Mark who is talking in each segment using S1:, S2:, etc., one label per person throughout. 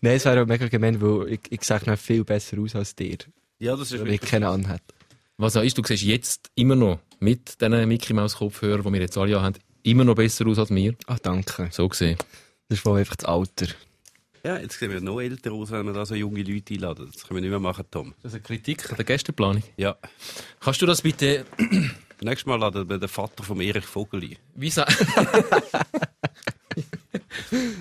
S1: Nein, es wäre auch mega gemein, weil ich, ich sehe noch viel besser aus als dir,
S2: Ja, das ist
S1: weil ich keine Ahnung habe.
S3: Was auch ist, du siehst jetzt immer noch mit diesen Mickey Mouse Kopfhörern, die wir jetzt alle haben, immer noch besser aus als wir.
S1: Ah, danke.
S3: So gesehen.
S1: Das ist wohl einfach das Alter.
S2: Ja, jetzt sehen wir noch älter aus, wenn wir da so junge Leute einladen. Das können wir nicht mehr machen, Tom.
S3: Das ist eine Kritik an der Gästeplanung.
S2: Ja.
S3: Kannst du das bitte,
S2: Nächstes Mal laden wir den Vater von Erich Vogel ein.
S3: wie, sa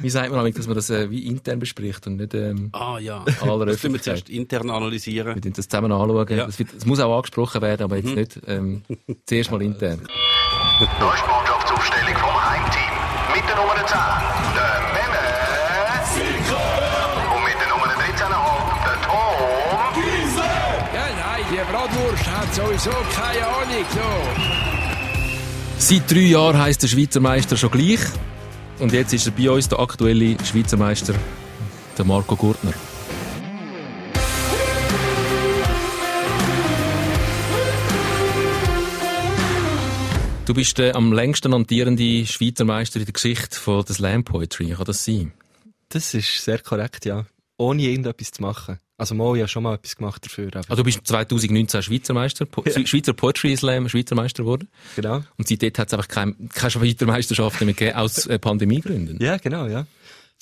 S3: wie sagt man eigentlich, dass man das äh, wie intern bespricht und nicht, ähm,
S2: Ah ja.
S3: Aller
S2: Das müssen wir
S3: Öffentlichkeit.
S2: zuerst intern analysieren.
S3: wir tun das zusammen anschauen.
S2: Ja.
S3: Das, wird, das muss auch angesprochen werden, aber jetzt nicht, ähm, zuerst mal intern.
S4: Da ist die Mannschaftsaufstellung vom Heimteam. Mit der Nummer 10, der Memme. Und mit der Nummer 13,5, der Tom.
S5: Ja, nein, die Bratwurst hat sowieso keine Ahnung. So.
S3: Seit drei Jahren heisst der Schweizer Meister schon gleich. Und jetzt ist er bei uns der aktuelle Schweizer Meister, der Marco Gurtner. Du bist der am längsten amtierende Schweizer Meister in der Geschichte von der Slam Poetry. Kann das sein?
S1: Das ist sehr korrekt, ja. Ohne irgendetwas zu machen. Also mal, ich habe schon mal etwas gemacht dafür, aber
S3: Also du bist 2019 Schweizer Meister, po
S1: Ja.
S3: Schweizer Poetry Slam Schweizer Meister geworden.
S1: genau.
S3: Und seitdem hat es einfach kein, keine Schweizer Meisterschaft mehr gegeben, aus äh, Pandemiegründen.
S1: Ja, genau, ja.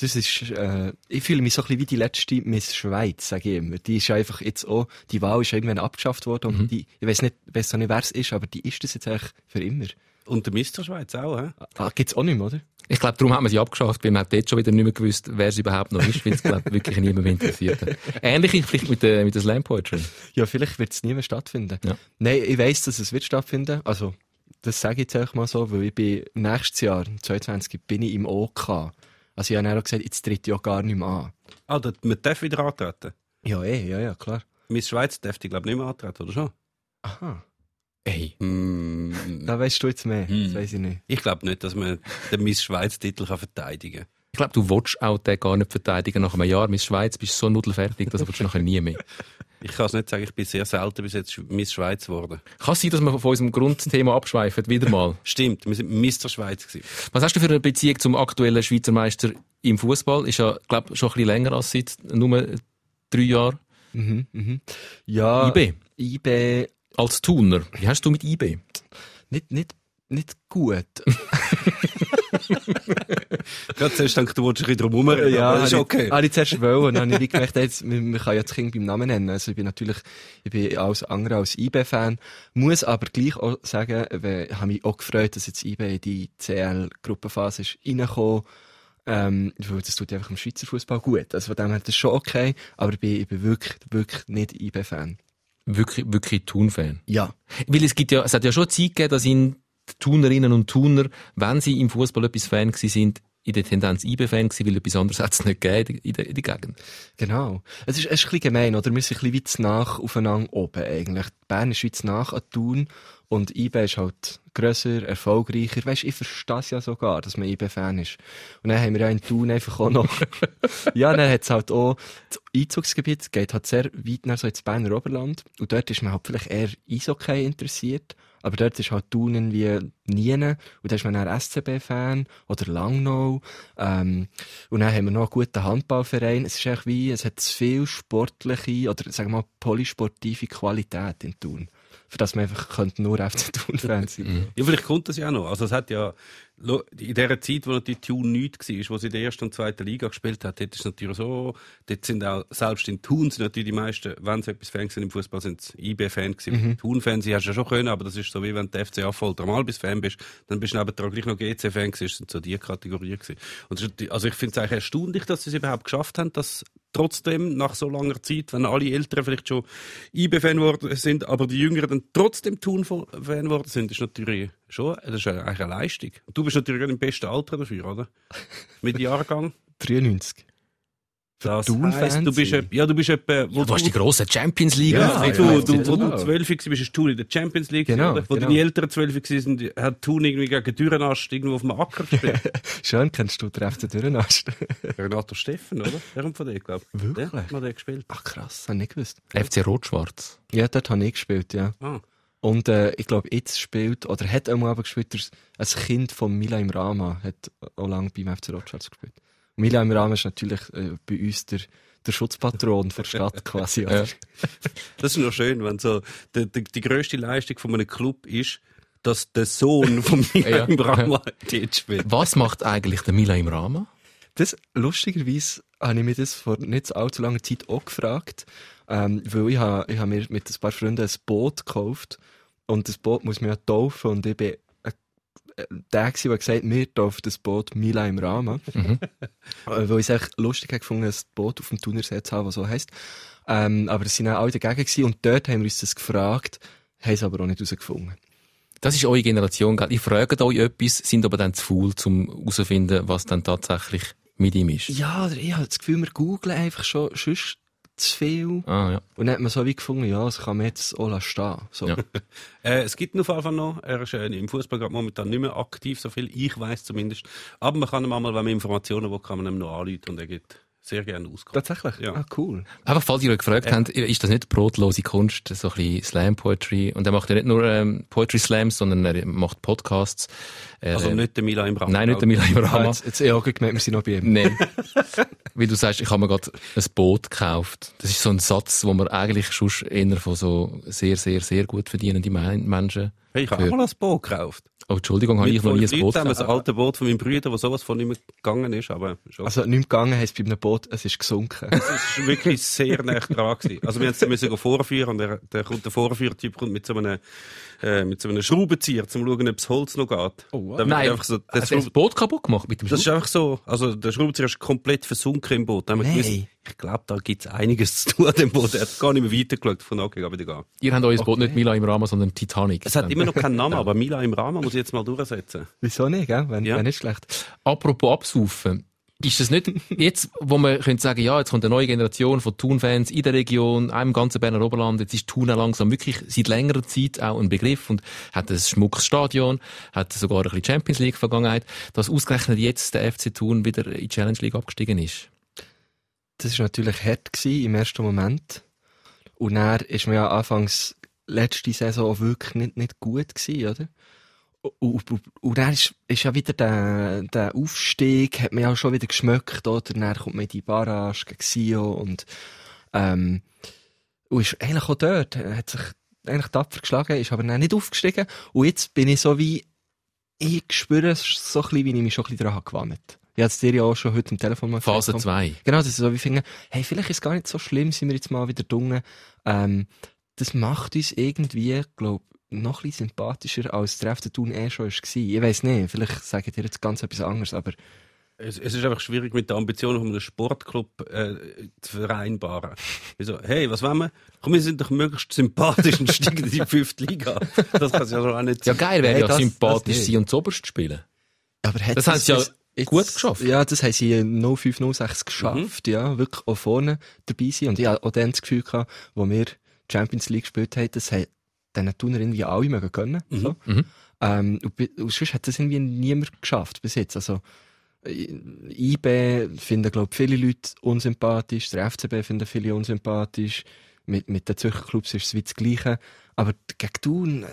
S1: Das ist, äh, ich fühle mich so ein bisschen wie die letzte Miss Schweiz, sage ich immer. Die ist ja einfach jetzt auch, die Wahl ist ja irgendwann abgeschafft worden und die, ich weiß nicht, weiss auch nicht, wer es ist, aber die ist das jetzt eigentlich für immer.
S2: Und der Mister Schweiz auch, hä?
S1: Ah, gibt's auch nicht mehr, oder?
S3: Ich glaube, darum haben wir sie abgeschafft, weil man hat dort schon wieder nicht mehr gewusst, wer sie überhaupt noch ist, weil es glaub, wirklich niemand mehr interessiert hat. Ähnlich ist vielleicht mit der, mit der Slam Poetry.
S1: Ja, vielleicht wird es nie mehr stattfinden.
S3: Ja.
S1: Nein, ich weiss, dass es wird stattfinden. Also, das sage ich jetzt einfach mal so, weil ich bin nächstes Jahr, 22, bin ich im OK. Also, ich habe dann auch gesagt, jetzt tritt ich auch gar nicht mehr an.
S2: Ah, das, man darf wieder antreten.
S1: Ja, eh, ja, ja, klar.
S2: Miss Schweiz darf ich, glaube ich, nicht mehr antreten, oder schon?
S1: Aha.
S3: Ey,
S2: Mm,
S1: Da weißt du jetzt mehr.
S3: Hm.
S1: Das weiss ich nicht.
S2: ich glaube nicht, dass man den Miss Schweiz-Titel kann verteidigen kann.
S3: ich glaube, du willst auch den gar nicht verteidigen nach einem Jahr. Miss Schweiz bist so nudelfertig, das willst du nachher nie mehr.
S2: Ich kann es nicht sagen, ich bin sehr selten bis jetzt Miss Schweiz geworden.
S3: Kann es sein, dass wir von unserem Grundthema abschweifen, wieder mal.
S2: Stimmt, wir sind Mister Schweiz gewesen.
S3: Was hast du für eine Beziehung zum aktuellen Schweizer Meister im Fußball? Ist ja, glaube schon ein bisschen länger als seit nur drei Jahren.
S1: Mhm, mhm. Ja.
S3: IB.
S1: IB,
S3: Als Thuner. Wie hast du mit IB?
S1: nicht, nicht, nicht gut.
S2: Gerade zuerst gedacht, du wolltest ein bisschen drum herum, aber ist
S1: habe
S2: okay.
S1: Ich, habe ich zuerst wollen. Und dann habe ich wie gemerkt, jetzt, man, man kann ja das Kind beim Namen nennen. Also ich bin natürlich, ich bin alles andere als IB-Fan. Muss aber gleich auch sagen, ich habe mich auch gefreut, dass jetzt IB in die CL-Gruppenphase ist reingekommen. Ähm, weil das tut einfach im Schweizer Fußball gut. Also von dem her, das ist schon okay. Aber ich bin, ich bin wirklich, wirklich nicht IB-Fan.
S3: Wirklich, wirklich Thun-Fan.
S1: Ja.
S3: Weil es gibt ja, es hat ja schon Zeit gegeben, dass in die Tunerinnen und Tuner, wenn sie im Fußball etwas Fan gewesen sind, in der Tendenz IB-Fan gewesen, weil etwas anderes hat es nicht gegeben in der, in der Gegend.
S1: Genau. Es ist, es ist ein bisschen gemein, oder? Wir sind ein bisschen weit zu nach aufeinander oben, eigentlich. Bern ist weit zu nach an Thun und IB ist halt grösser, erfolgreicher. Weisst, ich verstehe es ja sogar, dass man IB-Fan ist. Und dann haben wir ja in Thun einfach auch noch... ja, dann hat's halt auch... Das Einzugsgebiet geht halt sehr weit nach so ins Berner Oberland und dort ist man halt vielleicht eher Eishockey interessiert. Aber dort ist halt Thun irgendwie nie. Und dann ist man dann SCB-Fan oder Langnau. Ähm, und dann haben wir noch einen guten Handballverein. Es ist echt wie, es hat zu viel sportliche oder sagen wir mal polysportive Qualität in Thun. Für das man einfach könnte nur FC Thun-Fan sein
S2: Ja, vielleicht kommt das ja auch noch. Also es hat ja, lo- in der Zeit, wo natürlich Thun nichts war, wo sie in der ersten und zweiten Liga gespielt hat, dort ist es natürlich so, dort sind auch, selbst in Thun sind natürlich die meisten, wenn sie etwas Fans sind im Fußball, sind es IB-Fan gewesen. Thun-Fan, sie hast du ja schon können, aber das ist so, wie wenn der FC Affolter mal bis Fan bist, dann bist du nebenan gleich noch GC-Fan gewesen, das sind so die Kategorien gewesen. Und das ist natürlich- also ich finde es eigentlich erstaunlich, dass sie es überhaupt geschafft haben, dass trotzdem nach so langer Zeit, wenn alle Älteren vielleicht schon IB-Fan geworden sind, aber die Jüngeren dann trotzdem Thun-Fan geworden sind, ist natürlich schon das ist eigentlich eine Leistung. Und du bist natürlich gerade im besten Alter dafür, oder? Mit Jahrgang.
S1: 93.
S2: Das
S1: Thun-Fan
S2: heisst, du bist,
S1: sein.
S2: eb- ja, du bist etwa, wo
S3: Du hast die grosse Champions League.
S2: ja,
S1: Ja,
S2: du,
S1: ja,
S2: du, wo du
S1: genau.
S2: zwölf warst, bist du in der Champions League.
S1: Genau,
S2: oder? Wo
S1: genau.
S2: deine Eltern zwölf waren, hat Thun irgendwie gegen Dürrenast irgendwo auf dem Acker gespielt.
S1: Schön kennst du den FC Dürrenast.
S2: Renato Steffen, oder? Der kommt von dir, glaube ich.
S1: Wirklich?
S2: Der hat mal der gespielt.
S1: Ach krass, hab ich nicht gewusst.
S3: FC Rot-Schwarz.
S1: Ja, dort habe ich gespielt, ja.
S2: Ah.
S1: Und äh, ich glaube, jetzt spielt, oder hat einmal aber gespielt, der- ein Kind von Mila im Rama hat auch lange beim FC Rotschwarz gespielt. Milan im Rahmen ist natürlich äh, bei uns der, der Schutzpatron der Stadt quasi. oder?
S2: Das ist noch schön, wenn so die, die, die grösste Leistung von einem Club ist, dass der Sohn von
S3: Ja.
S2: mir im Brahma dort spielt.
S3: Was macht eigentlich der Mila im Rahmen?
S1: Das, lustigerweise habe ich mich das vor nicht so allzu langer Zeit auch gefragt, ähm, weil ich habe, ich habe mir mit ein paar Freunden ein Boot gekauft und das Boot muss mir ja taufen und ich bin äh, äh, der gewesen, der gesagt hat, wir taufen das Boot Mila im Rahmen. Äh, Weil ich es echt lustig habe gefunden, ein Boot auf dem Thunersee zu haben, was so heisst. Ähm, aber es sind auch alle dagegen gewesen und dort haben wir uns das gefragt, haben es aber auch nicht herausgefunden.
S3: Das ist eure Generation, gell? Ihr fragt euch etwas, sind aber dann zu faul, um herauszufinden, was dann tatsächlich mit ihm ist.
S1: Ja, oder ich habe das Gefühl, wir googeln einfach schon sonst zu viel.
S3: Ah, ja.
S1: Und dann hat man so wie gefunden, ja, das kann man jetzt auch lassen stehen. So.
S3: Ja.
S2: Äh, es gibt ihn auf Anfang noch. Er ist äh, im Fußball gerade momentan nicht mehr aktiv, so viel ich weiß zumindest. Aber man kann ihm einmal, wenn man Informationen will, kann man ihm noch anrufen und er gibt sehr gerne Auskunft.
S1: Tatsächlich?
S2: Ja.
S1: Ah, cool.
S3: Einfach, falls ihr euch gefragt habt, ist das nicht brotlose Kunst, so ein bisschen Slam-Poetry? Und er macht ja nicht nur ähm, Poetry-Slams, sondern er macht Podcasts. Er,
S2: Also
S3: ähm,
S2: nicht der Mila im Rahmen.
S3: Nein, nicht der Mila im
S1: Ah,
S3: Rahmen.
S1: jetzt, jetzt eh auch gemerkt, wir sind noch bei ihm.
S3: Nein. Weil du sagst, ich habe mir gerade ein Boot gekauft. Das ist so ein Satz, wo man eigentlich sonst eher von so sehr, sehr, sehr gut verdienenden Men- Menschen...
S2: Hey, ich habe auch mal ein Boot gekauft.
S3: Oh, Entschuldigung, habe ich noch nie ein Boot
S2: haben ein
S3: gekauft?
S2: altes Boot von meinem Bruder, wo sowas von nicht mehr gegangen ist, aber schon.
S1: Also, nicht mehr gegangen heisst bei einem Boot, es ist gesunken.
S2: es war wirklich sehr nah dran. Gewesen. Also wir mussten es müssen vorführen und der, der, kommt- der Vorführtyp kommt mit so einem, äh, mit so einem Schraubenzieher, um zu schauen, ob das Holz noch geht.
S1: Oh, wow. Also, hm?
S2: Dann wird
S3: Nein,
S2: einfach so, der
S3: hast du das
S2: Schraub-
S3: Boot kaputt gemacht mit dem
S2: das ist
S3: Schraub?
S2: einfach so, also der Schraubenzieher ist komplett versunken im Boot. Dann haben wir
S1: Nein.
S2: gewusst, ich glaube, da gibt es einiges zu tun an dem Boot. Er hat gar nicht mehr weitergeschaut, von okay, aber egal.
S3: Ihr habt euer Boot nicht Mila im Rahmen, sondern Titanic.
S2: Es hat immer noch keinen Namen, aber Mila im Rahmen muss ich jetzt mal durchsetzen.
S1: Wieso nicht, gell? Wenn,
S2: Ja.
S1: wenn nicht schlecht.
S3: Apropos absaufen. Ist es nicht jetzt, wo man könnte sagen, ja, jetzt kommt eine neue Generation von Thun-Fans in der Region, auch im ganzen Berner Oberland, jetzt ist Thun auch langsam wirklich seit längerer Zeit auch ein Begriff und hat ein schmuckes Stadion, hat sogar ein bisschen Champions League-Vergangenheit, dass ausgerechnet jetzt der FC Thun wieder in die Challenge League abgestiegen ist.
S1: Das war natürlich hart gewesen, im ersten Moment. Und dann ist man ja anfangs letzte Saison auch wirklich nicht, nicht gut gewesen, oder? Und, und, und dann ist, ist ja wieder der, der Aufstieg, hat man ja auch schon wieder geschmeckt, oder? Dann kommt man in die Barrage gegen Sio und, ähm, und ist eigentlich auch dort, äh, hat sich eigentlich tapfer geschlagen, ist aber dann nicht aufgestiegen. Und jetzt bin ich so wie, ich spüre es so ein bisschen, wie ich mich schon ein bisschen daran gewandt habe. Ich habe es dir ja auch schon heute am Telefon mal
S3: Phase
S1: gesagt.
S3: 2.
S1: Genau, dass ich so wie finde, hey, vielleicht ist es gar nicht so schlimm, sind wir jetzt mal wieder dunge. Ähm, das macht uns irgendwie, glaube noch ein bisschen sympathischer, als der FC Thun eh schon war. Ich weiß nicht, vielleicht sage ich dir jetzt ganz etwas anderes, aber
S2: Es, es ist einfach schwierig, mit der Ambition von einem Sportclub äh, zu vereinbaren. Also, hey, was wollen wir? Komm, wir sind doch möglichst sympathisch und steigen in die fünfte Liga. ab. Das kann es ja schon auch nicht
S3: Ja,
S2: sein.
S3: geil wäre
S1: Nein,
S3: ja
S1: das-
S3: sympathisch
S1: das nicht.
S3: sein und zoberst spielen.
S1: Aber hat
S3: Das haben sie ja
S1: jetzt-
S3: gut geschafft. Mhm.
S1: Ja, das haben sie in 0506 geschafft, ja. Wirklich auch vorne dabei sein. Und ich hatte auch dann das Gefühl, gehabt, wo wir Champions League gespielt haben, das haben diesen Turner irgendwie alle mögen können. So.
S3: Mhm.
S1: Ähm, und, bi- und sonst hat das irgendwie niemand geschafft bis jetzt. Also, äh, IB finden, glaube ich, viele Leute unsympathisch, der FCB finden viele unsympathisch. Mit, mit den Zürcher Clubs ist es wie das Gleiche. Aber gegen Thun äh,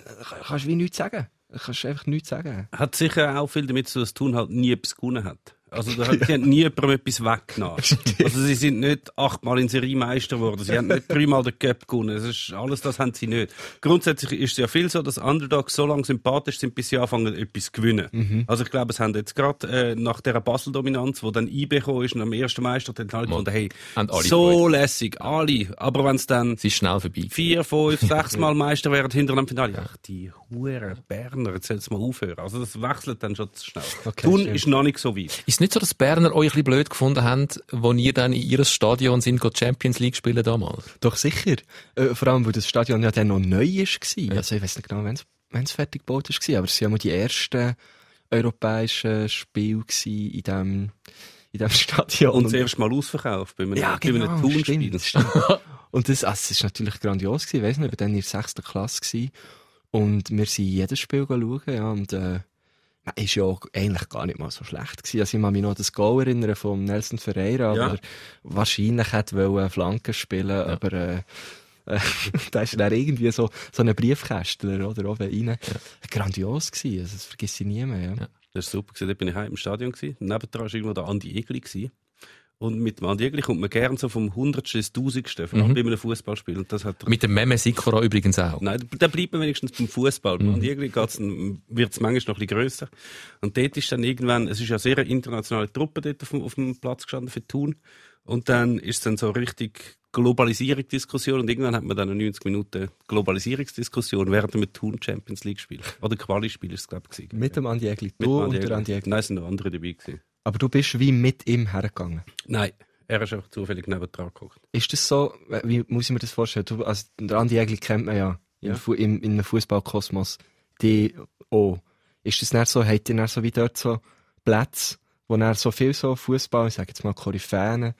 S1: kannst du wie nichts sagen. Kannst du einfach nichts sagen.
S2: Hat sicher auch viel damit zu tun, dass Thun halt nie etwas gewonnen hat. Also, da hat, die haben nie jemandem etwas weggenommen. Also, sie sind nicht achtmal in Serie Meister geworden. Sie haben nicht dreimal den Cup gewonnen. Es ist, alles das haben sie nicht. Grundsätzlich ist es ja viel so, dass Underdogs so lange sympathisch sind, bis sie anfangen, etwas zu gewinnen.
S3: Mhm.
S2: Also, ich glaube, es haben jetzt gerade, äh, nach dieser Basel-Dominanz, wo dann IB gekommen ist und am ersten Meister dann halt gefunden, hey,
S3: Haben alle
S2: so lässig, alle. Aber wenn es dann
S3: Es ist schnell vorbei.
S2: vier, fünf, sechs Mal Meister während hinter einem Finale. Ach, die Huren Berner, jetzt soll's mal aufhören. Also das wechselt dann schon zu schnell.
S1: Okay,
S2: Thun
S1: stimmt.
S2: ist noch nicht so weit.
S3: Ist es nicht so, dass die Berner euch ein bisschen blöd gefunden haben, wo ihr dann in ihres Stadion sind, geht Champions League spielen damals?
S1: Doch sicher. Äh, vor allem, weil das Stadion ja dann noch neu war. Also ich weiß nicht genau, wenn es fertig gebaut war, aber es waren ja mal die ersten europäischen Spiele gewesen in diesem in dem Stadion.
S2: Und das erste Mal ausverkauft bei einem,
S1: ja,
S2: bei einem
S1: genau,
S2: Thun-Spiel.
S1: stimmt, stimmt. Und das, also, es ist natürlich grandios gewesen. Ich weiss nicht, ich war dann in der sechsten Klasse gewesen. und wir sind jedes Spiel schauen, ja, und, äh, man ist ja auch eigentlich gar nicht mal so schlecht gewesen. Also ich kann mich noch an das Goal erinnern von Nelson Ferreira,
S2: Ja.
S1: aber wahrscheinlich hätte wollen Flanken spielen, aber, äh, äh, da ist dann irgendwie so, so ein Briefkästler, oder, oben rein. Grandios gewesen, also das vergesse ich nie mehr, ja.
S2: Das war super. gewesen. Dort bin ich heim im Stadion. Gewesen. Nebendran war irgendwo der Andi Egli. Gewesen. Und mit dem Andi Egli kommt man gern so vom Hundertsten ins Tausendste,
S1: Mhm.
S2: vor allem bei einem Fußballspiel. Und das hat er
S3: Mit dem Meme Sikora übrigens auch.
S2: Nein, da bleibt man wenigstens beim Fußball.
S1: Mhm.
S2: Und irgendwie geht's, wird es manchmal noch ein bisschen grösser. Und dort ist dann irgendwann, es ist ja sehr eine internationale Truppe dort auf dem, auf dem Platz gestanden für Thun. Und dann ist es dann so richtig Globalisierungsdiskussion und irgendwann hat man dann eine 90 Minuten Globalisierungsdiskussion, während wir Thun Champions League spielen. Oder Quali-Spiel ist es, glaube ich. gewesen.
S1: Mit dem Andi Egli.
S2: Mit
S1: Du
S2: dem
S1: und der Andi
S2: Egli.
S1: Egli.
S2: Nein, es sind noch andere dabei gewesen.
S1: Aber du bist wie mit ihm hergegangen.
S2: Nein, er ist einfach zufällig neben dran geguckt.
S1: Ist das so, äh, wie muss ich mir das vorstellen? Du, also, den Andi Egli kennt man ja,
S2: Ja.
S1: Im, Fu im, in einem Fußballkosmos. Die, oh, ist das nicht so, hat ihr dann so wie dort so Plätze, wo dann so viel so Fußball, ich sage jetzt mal Koryphäen,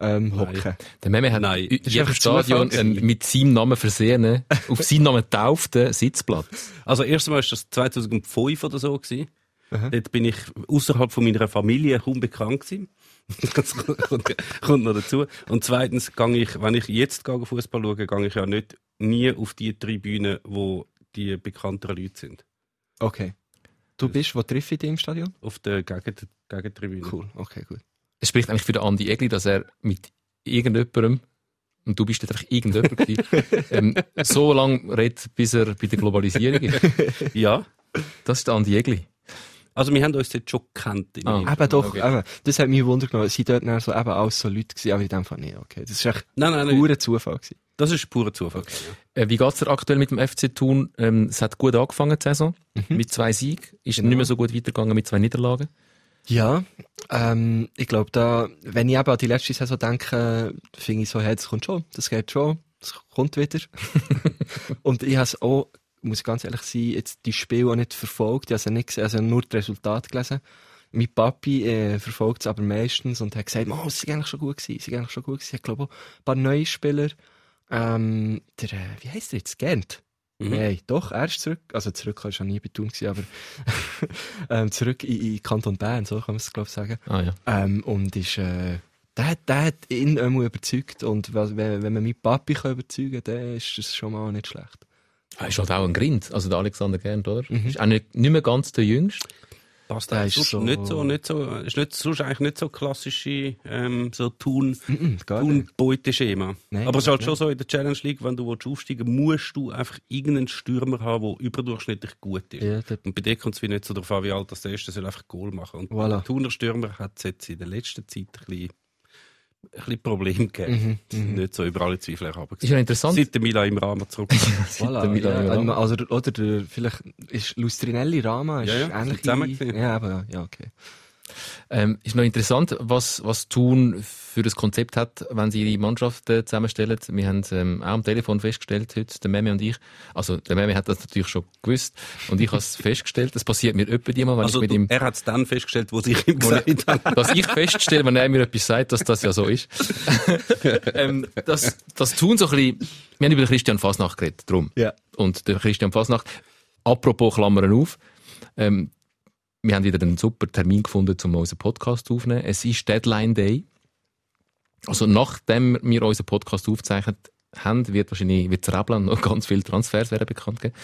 S1: ähm, hocken?
S3: Der Meme hat
S2: Nein.
S3: in
S1: Das ist
S3: jedem
S1: einfach Zufall
S3: Stadion
S1: gewesen.
S3: einen mit seinem Namen versehenen, auf seinen Namen getauften Sitzplatz.
S2: Also, erstes Mal war das 2005 oder so. Gewesen. Dort bin ich außerhalb von meiner Familie kaum bekannt gewesen. Das kommt, kommt noch dazu. Und zweitens gang ich, wenn ich jetzt gehe Fußball schaue, gehe ich ja nicht nie auf die Tribüne, wo die bekannteren Leute sind.
S1: Okay. Du bist, wo treffe ich dich im Stadion?
S2: Auf der Gegen Gegentribüne.
S1: Cool, okay, gut.
S3: Es spricht eigentlich für den Andi Egli, dass er mit irgendjemandem, und du bist einfach irgendjemand, gewesen, ähm, so lange redet, bis er bei der Globalisierung ist.
S2: Ja.
S3: Das ist der Andi Egli.
S2: Also, wir haben uns dort schon gekannt. in
S3: Ah.
S2: meinem-
S1: Eben doch,
S3: okay.
S1: eben. Das hat mich wundert genommen. Es sind dort dann so eben alles so Leute gewesen, aber in dem Fall nicht, okay. Das war echt
S2: Nein, nein, nein.
S1: purer Zufall. Gewesen.
S2: Das ist purer Zufall. gewesen, ja.
S3: Äh, wie geht's dir aktuell mit dem FC Thun? Ähm, es hat gut angefangen, die Saison. Mit zwei Siegen. Ist nicht mehr so gut weitergegangen mit zwei Niederlagen.
S1: Ja, ähm, ich glaube, da, wenn ich eben an die letzte Saison denke, finde ich so, hey, das kommt schon, das geht schon, das kommt wieder. und ich habe es auch, muss ich ganz ehrlich sein, jetzt die Spiele auch nicht verfolgt, ich habe sie nicht gesehen, also nur das Resultat gelesen. Mein Papi äh, verfolgt es aber meistens und hat gesagt, oh, sie sind eigentlich schon gut gewesen, sie sind eigentlich schon gut gewesen. Ich glaube auch ein paar neue Spieler, ähm, der, äh, wie heisst der jetzt, Gent?
S2: Mhm.
S1: Nein, doch, er ist zurück, also zurück er war schon nie bei Thun, gewesen, aber ähm, zurück in, in Kanton Bern, so kann man es glaube ich sagen.
S3: Ah, ja.
S1: Ähm, und ist, äh, der, hat- der hat ihn einmal überzeugt und wa- wenn, wenn man meinen Papi kann überzeugen kann, dann ist das schon mal nicht schlecht.
S3: Er ist halt auch ein Grind. Also der Alexander Gernd, oder? Ist auch nicht, nicht mehr ganz der Jüngste.
S2: Passt
S1: Der
S2: eigentlich
S1: ist
S2: sonst
S1: so-
S2: nicht so, nicht so, ist nicht, sonst eigentlich nicht so klassische, ähm, so Tun,
S1: Mhm, gar nicht.
S2: Beuteschema.
S1: Nein,
S2: Aber es ist halt
S1: nein.
S2: schon so in der Challenge League, wenn du willst aufsteigen musst du einfach irgendeinen Stürmer haben, der überdurchschnittlich gut ist.
S1: Ja, der-
S2: Und bei dir kommt es wie nicht so darauf an, wie alt das der ist, der soll einfach Goal machen. Und
S1: Voilà.
S2: der Thuner Stürmer hat es jetzt in der letzten Zeit ein bisschen, ein bisschen Probleme gegeben. Die sind Nicht so über alle Zweifel erhaben.
S3: Mhm, Ist ja interessant.
S2: Seit der Mila im Rahmen zurück.
S1: Voilà,
S3: Damit
S1: ja,
S3: auch, ja.
S1: also, oder der, vielleicht ist Lustrinelli Rama ist
S2: Ja, ja,
S1: ähnlich.
S2: zusammen gewesen.
S1: Ja, aber ja, okay.
S3: Ähm, ist noch interessant, was, was Thun für ein Konzept hat, wenn sie ihre Mannschaft äh, zusammenstellen. Wir haben ähm, auch am Telefon festgestellt heute, der Meme und ich. Also der Meme hat das natürlich schon gewusst und ich habe es festgestellt. Das passiert mir öppe immer, wenn
S2: Also
S3: ich mit
S2: du-
S3: ihm
S2: er hat es dann festgestellt, wo ich ihm gesagt habe.
S3: dass ich feststelle, wenn er mir etwas sagt, dass das ja so ist. ähm, das, das tun so ein bisschen, wir haben über den Christian Fasnacht geredet, drum.
S1: Ja.
S3: Und der Christian Fasnacht, apropos Klammern auf, ähm, wir haben wieder einen super Termin gefunden, um unseren Podcast aufzunehmen. Es ist Deadline Day. Also nachdem wir unseren Podcast aufgezeichnet haben, wird wahrscheinlich, wird Reblan noch ganz viele Transfers werden bekannt geben.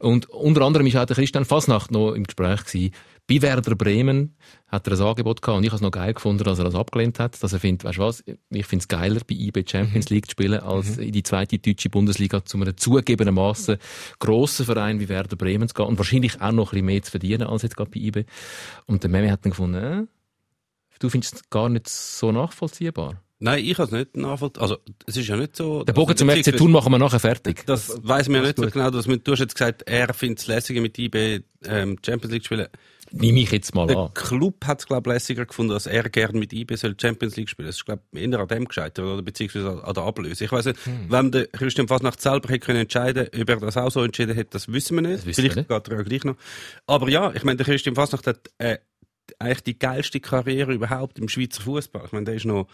S3: Und unter anderem ist auch der Christian Fasnacht noch im Gespräch gewesen. Bei Werder Bremen hat er ein Angebot gehabt und ich habe es noch geil gefunden, dass er das abgelehnt hat. Dass er findet, weißt du was, ich finde es geiler, bei IB
S2: Mhm.
S3: Champions League zu spielen, als in die zweite deutsche Bundesliga zu einem zugegebenermaßen grossen Verein wie Werder Bremen zu gehen und wahrscheinlich auch noch ein bisschen mehr zu verdienen als jetzt gerade bei IB. Und der Meme hat dann gefunden, äh, du findest es gar nicht so
S2: Also
S3: nachvollziehbar.
S2: Nein, ich habe es nicht nachvollzogen. Also, es ist ja nicht so.
S3: Den Bogen
S2: also,
S3: zum FC
S2: beziehungsweise-
S3: Thun machen wir nachher fertig.
S2: Das weiß man ja nicht so
S1: gut.
S2: genau. Dass man, du hast jetzt gesagt, er findet es lässiger mit IB ähm, Champions League zu spielen.
S3: Nehme ich jetzt mal
S2: Der
S3: an.
S2: Club hat es, glaube ich, lässiger gefunden, dass er gerne mit IB soll Champions League spielen. Das ist, glaube ich, eher an dem gescheitert oder beziehungsweise an- an der Ablöse. Ich weiß nicht, wenn der Christian Fasnacht selber hätte können entscheiden ob er das auch so entschieden hätte, das wissen wir nicht.
S3: Das wissen wir
S2: Vielleicht geht er ja gleich noch. Aber ja, ich meine, der Christian Fasnacht hat äh, eigentlich die geilste Karriere überhaupt im Schweizer Fußball. Ich meine, der ist noch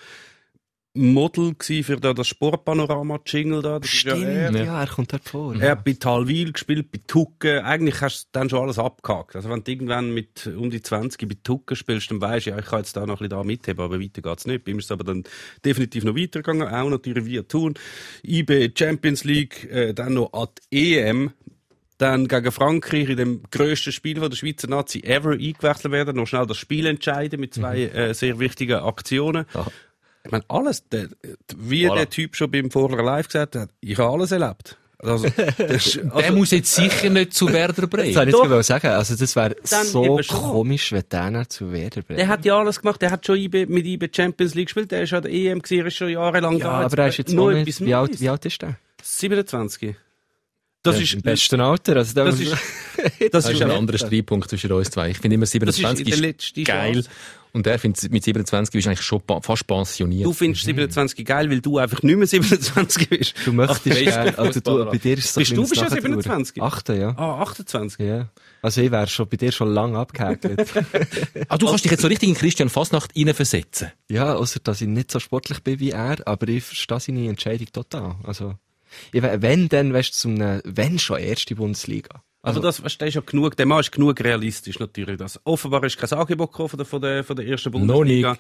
S2: Model gewesen für da das Sportpanorama-Jingle da. Das ist ja er.
S1: Stimmt, ja, er kommt dort vor.
S2: Er hat bei Talwil gespielt, bei Tucken. Eigentlich hast du dann schon alles abgehakt. Also wenn du irgendwann mit um die 20 bei Tucken spielst, dann weisst du, ja, ich kann jetzt da noch ein bisschen da mitheben, aber weiter geht's nicht. Bei ihm ist es aber dann definitiv noch weitergegangen. E Auch natürlich via Thun. IB Champions League, äh, dann noch an die EM. Dann gegen Frankreich in dem grössten Spiel von der Schweizer Nazi ever eingewechselt werden. Noch schnell das Spiel entscheiden mit zwei
S1: Mhm.
S2: äh, sehr wichtigen Aktionen.
S3: Ja.
S2: Ich meine, alles, der, wie
S3: Voilà.
S2: der Typ schon beim Vorher live gesagt hat, ich habe alles erlebt. Also, das ist,
S3: der
S2: also,
S3: muss jetzt sicher nicht zu Werder
S1: Das wollte
S3: Bremen.
S1: ich jetzt gerade sagen. Also, das wäre
S2: Dann
S1: so
S2: eben schon.
S1: komisch, wenn der dann zu Werder bringt.
S2: der hat ja alles gemacht, der hat schon IB, mit IB Champions League gespielt, der ist an der EM gewesen, er ist schon jahrelang
S1: ja,
S2: da.
S1: aber er ist jetzt auch
S2: nur
S1: nicht,
S2: also äh, etwas
S1: wie, alt,
S2: Neues.
S1: wie alt ist der?
S2: 27. Das
S1: ja,
S2: ist,
S1: im besten Alter. Also, der-
S2: das ist, das
S3: Das ist
S2: ist
S3: ein
S2: ein
S3: anderer Streitpunkt zwischen uns zwei. Ich finde immer
S2: Das ist
S3: 27
S2: der
S3: ist,
S2: letzte
S3: geil.
S2: Chance.
S3: Und er findet mit 27 ist eigentlich schon pa- fast pensioniert.
S2: Du findest 27 geil, weil du einfach nicht mehr 27 bist.
S1: Du möchtest
S3: bist
S1: gerne,
S3: du
S1: also du,
S3: Fußballer?
S1: bei dir ist es so
S2: Bist
S1: ein
S2: du-
S1: bisschen
S2: bist ja
S1: das Nachher-
S2: 27?
S1: Achte, ja.
S2: Ah, 28.
S1: Ja. Also ich wäre schon bei dir schon lange abgehäkelt.
S3: Ah,
S2: also
S3: du kannst dich jetzt so richtig in Christian Fasnacht hineinversetzen.
S1: ja, außer dass ich nicht so sportlich bin wie er, aber ich verstehe seine Entscheidung total. Also, ich, wär- wenn, dann wärst du zum, wenn schon erste Bundesliga.
S2: Also, das weißt, der ist ja genug, der Mann ist genug realistisch natürlich. Das, offenbar ist kein Angebot gekommen von der, von der, von der ersten Bundesliga.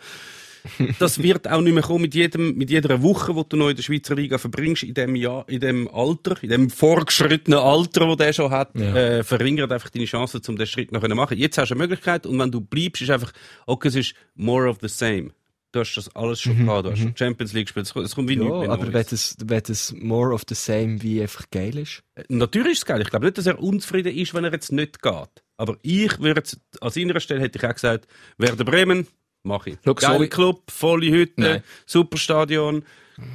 S2: Das wird auch nicht mehr kommen mit, jedem, mit jeder Woche, die du noch in der Schweizer Liga verbringst, in dem Jahr, in dem Alter, in dem vorgeschrittenen Alter, wo der schon hat, äh, verringert einfach deine Chancen, um den Schritt noch zu machen. Jetzt hast du eine Möglichkeit und wenn du bleibst, ist einfach, okay, es ist more of the same. Du hast das alles schon gehabt, du hast schon Champions League gespielt, es kommt- es kommt wie
S1: Mhm, ja,
S2: nichts mehr
S1: aber wenn
S2: Neues.
S1: das, wenn das more of the same wie einfach geil ist.
S2: Natürlich ist es geil. Ich glaube nicht, dass er unzufrieden ist, wenn er jetzt nicht geht. Aber ich würde jetzt- an seiner Stelle hätte ich auch gesagt, Werder Bremen, mache ich.
S3: Schau,
S2: Geil
S3: so wie-
S2: Club, volle Hütte,
S3: Nein.
S2: super Stadion,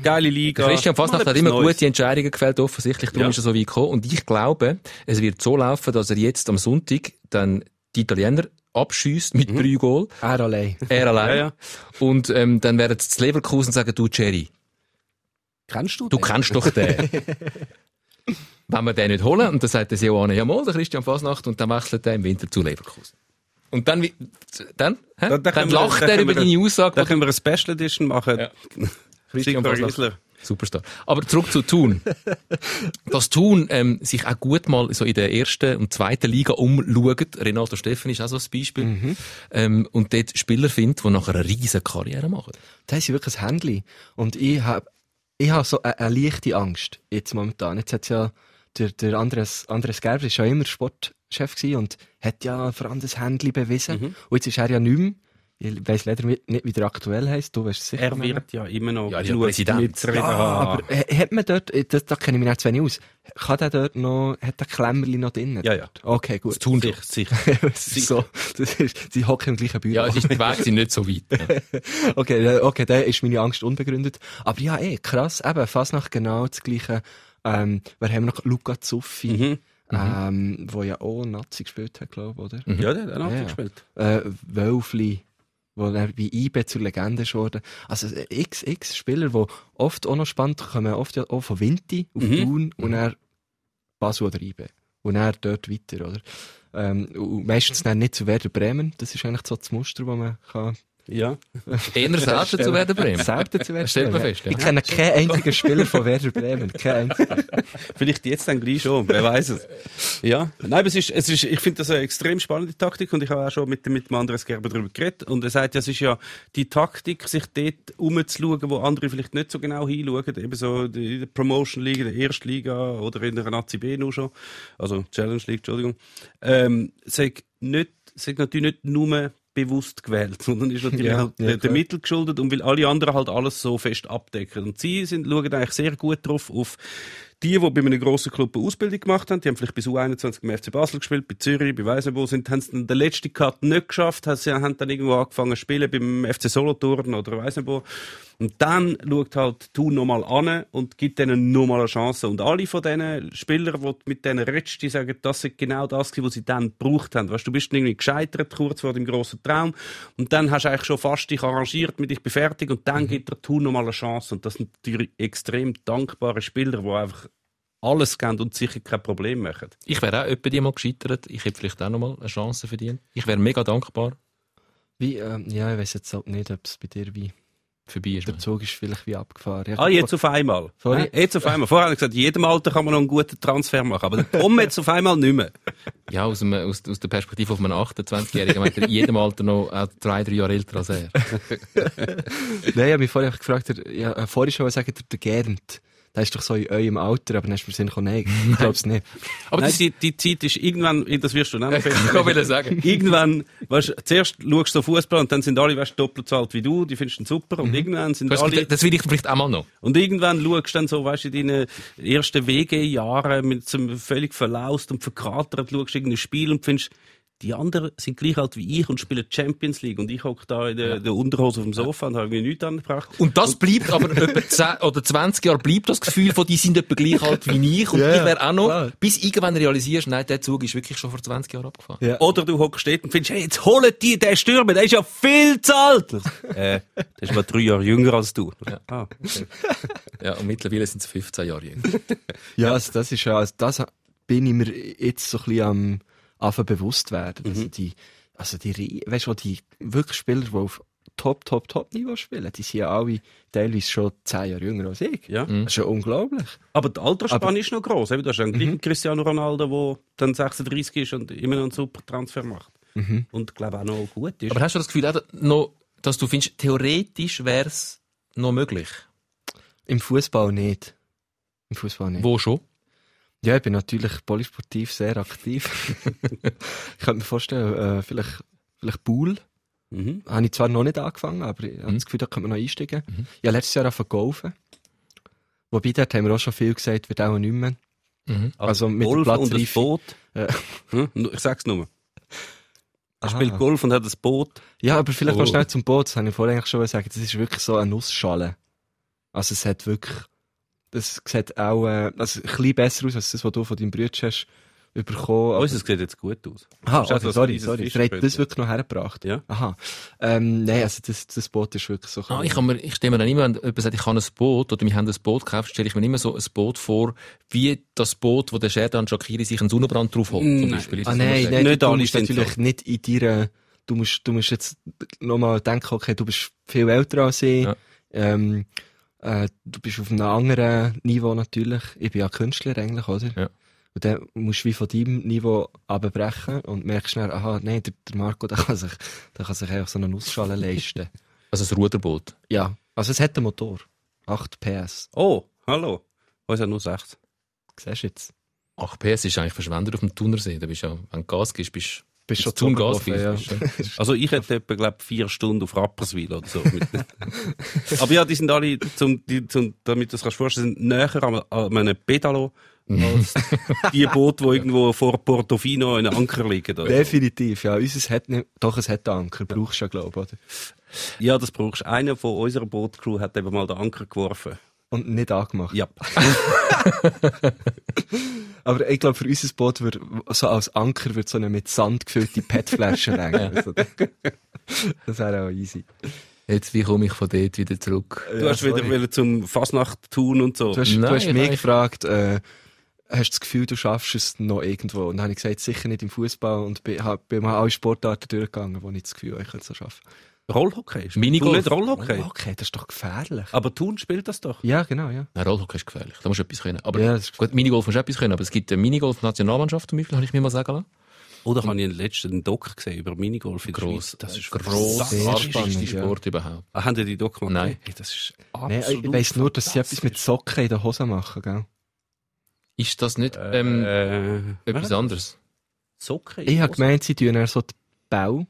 S2: geile Liga.
S3: Christian Fasnacht
S2: Mal
S3: hat immer
S2: etwas Neues.
S3: gute Entscheidungen gefällt, offensichtlich. Darum
S2: Ja.
S3: ist er so weit gekommen. Und ich glaube, es wird so laufen, dass er jetzt am Sonntag dann die Italiener abschießt mit drei Goal.
S1: Er allein.
S3: Er allein.
S2: Mhm. Ja, ja.
S3: Und ähm, dann werden sie zu Leverkusen sagen, du Jerry,
S2: Kennst du
S3: du
S2: den?
S3: kennst doch den. Wenn wir den nicht holen, und dann sagt der Johanne, ja mal, der Christian Fasnacht, und dann wechselt er im Winter zu Leverkusen. Und dann, wie- dann, hä?
S2: Da-
S3: dann,
S2: da können wir-
S3: lacht
S2: da
S3: er
S2: können wir-
S3: über deine Aussage,
S2: Da können wir eine Special Edition machen. Christian
S3: Christian
S2: Riesler.
S3: Superstar. Aber zurück zu Thun. Dass Thun ähm, sich auch gut mal so in der ersten und zweiten Liga umschaut, Renato Steffen ist auch so ein Beispiel,
S2: Mhm.
S3: ähm, und dort Spieler findet, die nachher eine riesige Karriere machen.
S1: Da haben sie wirklich ein Handy. Und ich habe ich hab so eine, eine leichte Angst jetzt momentan. Jetzt hat ja der, der Andres, Andres Gerber ist ja immer Sportchef gewesen und hat ja vor allem das Handy bewiesen. Und jetzt ist er ja nicht mehr. Ich weiss leider nicht, wie der aktuell heisst. Du weißt es sicher.
S2: Er
S1: noch.
S2: wird ja immer noch
S3: Ja, der
S2: genug
S3: Präsident.
S2: mitzureden
S1: Ja,
S2: haben.
S1: aber h- hat man dort, das, da kenne ich mich jetzt zu wenig aus, kann der dort noch, hat der Klemmerli noch drinnen?
S2: Ja, ja.
S1: Okay, gut.
S2: Thun sich, sich.
S1: Das ist so, das ist, sie hocken im gleichen Büro.
S3: Ja, es ist, die Wege sind nicht so weit.
S1: Okay, äh, okay, da ist meine Angst unbegründet. Aber ja, eh, krass, eben, fast nach genau das gleiche. Ähm, wir haben noch Luca Zuffi,
S3: Mhm.
S2: Mhm.
S1: ähm, wo ja auch Nazi gespielt hat, glaube ich, oder?
S3: Mhm.
S2: Ja, der hat auch
S1: Ja, ja.
S2: gespielt.
S1: Äh, Wölfli, wo er bei IB zur Legende ist worden. Also äh, XX Spieler, die oft auch noch spannend kommen, oft ja auch von Vinti auf
S2: Mhm.
S1: Thun und er Basel oder IB. Und er dort weiter, oder? Ähm, und meistens dann nicht zu Werder Bremen. Das ist eigentlich so das Muster, das man kann
S2: Ja.
S3: Eher selten zu werden Bremen.
S1: selten zu Werder
S3: Stellt man
S1: Bremen.
S3: fest, ja.
S1: Ich kenne keinen einzigen Spieler von Werder Bremen. Keinen einzigen.
S2: Vielleicht jetzt dann gleich schon, wer weiß es. Ja, nein, aber es ist, es ist, ich finde das eine extrem spannende Taktik und ich habe auch schon mit, mit dem Andres Gerber darüber geredet und er sagt, ja, es ist ja die Taktik, sich dort umzuschauen, wo andere vielleicht nicht so genau hinschauen, eben so die- in der Promotion League, in der Erstliga oder in der Nazi B nur schon, also Challenge League, Entschuldigung, ähm, sei nicht, sei natürlich nicht nur bewusst gewählt, sondern ist natürlich
S1: Ja,
S2: auch
S1: ja,
S2: der, der
S1: klar.
S2: Mittel geschuldet und weil alle anderen halt alles so fest abdecken. Und sie sind, schauen eigentlich sehr gut drauf auf die, die bei einem grossen Club eine Ausbildung gemacht haben, die haben vielleicht bis U21 beim FC Basel gespielt, bei Zürich, bei weiss nicht wo, sind, haben es dann den letzten Cut nicht geschafft, haben, sie haben dann irgendwo angefangen zu spielen beim FC Solothurn oder weiss nicht wo. Und dann schaut halt Thun nochmal an und gibt denen nochmal eine Chance. Und alle von diesen Spielern, die du mit denen redest, die sagen, das ist genau das, gewesen, was sie dann gebraucht haben. Weißt, du bist irgendwie gescheitert, kurz vor dem grossen Traum. Und dann hast du eigentlich schon fast dich arrangiert, mit dich befertigt. Und dann gibt der Thun nochmal eine Chance. Und das sind natürlich extrem dankbare Spieler, die einfach alles geben und sicher kein Problem machen.
S3: Ich wäre auch etwa die mal gescheitert. Ich hätte vielleicht auch noch mal eine Chance verdient. Ich wäre mega dankbar.
S1: Wie, ähm, ja, ich weiß jetzt halt nicht, ob es bei dir wie.
S3: Vorbei ist
S1: Der
S3: man.
S1: Zug ist vielleicht wie abgefahren. Ja,
S2: Ah, jetzt auf einmal.
S1: Sorry.
S2: Hä? Jetzt auf einmal. Vorher habe ich gesagt, in jedem Alter kann man noch einen guten Transfer machen. Aber dann kommen wir jetzt auf einmal nicht mehr.
S3: Ja, aus, dem, aus, aus der Perspektive von einem 28-Jährigen, meint er in jedem Alter noch auch drei, drei Jahre älter als er.
S1: Nein, ich habe mich vorher gefragt, der- ja, äh, vorher schon sagen, der, der Gernt. der ist doch so in eurem Alter, aber dann ist mir Sinn gekommen, nein, ich glaub's nicht.
S3: Aber
S2: Nein,
S3: das ist,
S2: die, die Zeit ist irgendwann, das wirst du nicht mehr
S3: ich kann wieder sagen.
S2: Irgendwann, weißt, zuerst schaust du Fußball und dann sind alle weißt, doppelt so alt wie du, die findest du super und irgendwann sind
S3: Das,
S2: alle...
S3: das will ich vielleicht auch mal noch.
S2: Und irgendwann schaust du dann so, weißt du, in deinen ersten WG-Jahren mit so einem völlig verlaust und verkratert, schaust irgendein Spiel und findest, die anderen sind gleich alt wie ich und spielen Champions League. Und ich hocke da in der, der Unterhose auf dem Sofa und habe irgendwie nichts angebracht.
S3: Und das bleibt aber etwa 10 oder 20 Jahre bleibt das Gefühl von, die sind etwa gleich alt wie ich und
S1: Ja,
S3: ich wäre auch noch,
S1: klar.
S3: bis irgendwann realisierst, nein, der Zug ist wirklich schon vor 20 Jahren abgefahren.
S1: Ja.
S2: Oder du hockst dort und findest, hey, jetzt holen die den Stürmer, der ist ja viel zu alt. äh, der ist mal drei Jahre jünger als du. Ah, okay.
S3: Ja, und mittlerweile sind es 15 Jahre jünger.
S1: Ja, also das ist ja, also das bin ich mir jetzt so ein bisschen am Anfang bewusst werden. Also die, also die, Rie- weißt du, die wirklich Spieler, die auf Top, Top, Top-Niveau spielen, die sind ja alle teilweise schon zehn Jahre jünger als ich.
S2: Ja.
S1: Das ist ja unglaublich.
S2: Aber die Altersspanne
S1: Aber- Mhm.
S2: ist noch gross. eben. Du hast dann gleich einen Cristiano Ronaldo, der dann 36 ist und immer noch einen super Transfer macht.
S1: Mhm.
S2: Und glaube auch noch gut ist.
S3: Aber hast du das Gefühl, auch noch, dass du findest, theoretisch wäre es noch möglich?
S1: Im Fußball nicht. Im Fußball nicht.
S3: Wo schon?
S1: Ja, ich bin natürlich polysportiv sehr aktiv. ich könnte mir vorstellen, äh, vielleicht, vielleicht Pool.
S2: mhm.
S1: Habe ich zwar noch nicht angefangen, aber ich habe
S3: Mhm.
S1: das Gefühl, da könnte man noch einsteigen. Ich habe letztes Jahr angefangen zu golfen. Wobei, dort haben wir auch schon viel gesagt, wird auch nicht mehr.
S3: Mhm.
S1: Also mit der
S2: Golf und ein
S1: Platzreife.
S2: Boot.
S1: Ja. Ah.
S2: Hm? Ich sag's nur. Er
S1: Aha.
S2: spielt Golf und hat ein Boot.
S1: Ja, aber vielleicht
S3: Oh.
S1: noch schnell zum Boot. Das habe ich vorher eigentlich schon gesagt. Das ist wirklich so eine Nussschale. Also es hat wirklich... Das sieht auch äh, also ein bisschen besser aus, als das, was du von deinem Bruder hast bekommen.
S2: Oh,
S1: aber-
S2: es sieht jetzt gut aus.
S1: Aha,
S2: Ist also
S1: okay, sorry,
S2: ein kleines
S1: sorry. Ihr habt das
S2: Fischbrötchen.
S1: wirklich noch hergebracht?
S2: Ja.
S1: Aha. Ähm, nein, also das, das Boot ist wirklich so...
S3: Ah, ich, kann mir, ich stelle mir dann immer, wenn jemand sagt, ich habe ein Boot oder wir haben ein Boot gekauft, stelle ich mir immer so ein Boot vor, wie das Boot, wo der Sherdan Shakiri sich einen Sonnenbrand drauf holt. Zum
S2: Nein.
S3: Beispiel.
S1: Ah, nein,
S3: Das-
S1: nein,
S2: Nicht
S1: du, du
S2: alle
S1: musst
S2: sind
S1: natürlich nicht in dir, du musst, du musst jetzt nochmal denken, okay, du bist viel älter als ich,
S3: Ja.
S1: ähm, äh, du bist auf einem anderen Niveau natürlich, ich bin ja Künstler eigentlich, oder?
S3: Ja.
S1: Und dann musst du wie von deinem Niveau abbrechen und merkst schnell, aha, nein, der, der Marco, der kann sich, der kann sich einfach so eine Nussschale leisten.
S3: Also ein Ruderboot.
S1: Ja. Also es hat einen Motor. 8 PS.
S2: Oh, hallo. Oh, es hat nur 6.
S1: Siehst du jetzt?
S3: 8 PS ist eigentlich verschwendet auf dem Thunersee. Da bist du ja, wenn du Gas gibst, bist
S1: Bist
S3: du
S1: schon
S3: zum
S1: zu
S3: Gas
S1: oben gelaufen,
S3: gibst, bist du-
S2: Also ich hätte etwa, glaub, vier Stunden auf Rapperswil oder so. Aber ja, die sind alle, zum, die, zum, damit du es kannst vorstellen, sind näher an, an einem Pedalo als die Boote, die irgendwo vor Portofino in einem Anker liegen. Oder? so.
S1: Definitiv, ja. Unseres hat nicht, doch, es hat einen Anker. Brauchst du ja, glaube ich, oder?
S2: Ja, das brauchst du. Einer von unserer Bootcrew hat eben mal den Anker geworfen.
S1: Und nicht angemacht.
S2: Ja.
S1: Aber ich glaube, für unser Boot wird, so als Anker wird so eine mit Sand gefüllte PET-Flasche reichen. Also, das wäre auch easy.
S3: Jetzt, wie komme ich von dort wieder zurück?
S2: Du hast wieder wollen zum Fasnacht tun und so.
S1: Du hast,
S3: Nein,
S1: du hast mich
S3: nein.
S1: gefragt, äh, hast du das Gefühl, du schaffst es noch irgendwo? Und dann habe ich gesagt, sicher nicht im Fußball und bin, hab, bin mal alle Sportarten durchgegangen, wo ich das Gefühl habe, ich könnte es noch schaffen. Oh,
S2: Rollhockey. ist- Thun
S3: Minigolf.
S2: Nicht Rollhockey.
S1: okay, das ist doch gefährlich.
S2: Aber Thun spielt das doch.
S1: Ja, genau, ja.
S3: Nein, Rollhockey ist gefährlich. Da musst du etwas können. Aber
S1: Ja, das ist
S3: gut, Minigolf musst du etwas können. Aber es gibt eine Minigolf-Nationalmannschaft zum Beispiel, habe ich mir mal sagen lassen.
S2: Oder habe ich den letzten Doc gesehen über Minigolf in der Schweiz? Das ist
S3: gross.
S1: sehr
S2: gross.
S3: spannend,
S1: spannend, ja.
S3: Sport überhaupt.
S2: Ah, Haben die die Doc gemacht?
S3: Nein.
S2: Hey, das ist
S1: Nein,
S2: absolut.
S1: ich weiss nur, dass sie etwas mit Socken in den Hosen machen, gell?
S3: Ist das nicht
S1: Äh,
S3: ähm,
S2: ähm,
S3: etwas anderes?
S2: Socken?
S1: Ich habe gemeint, sie tun dann so die Bau.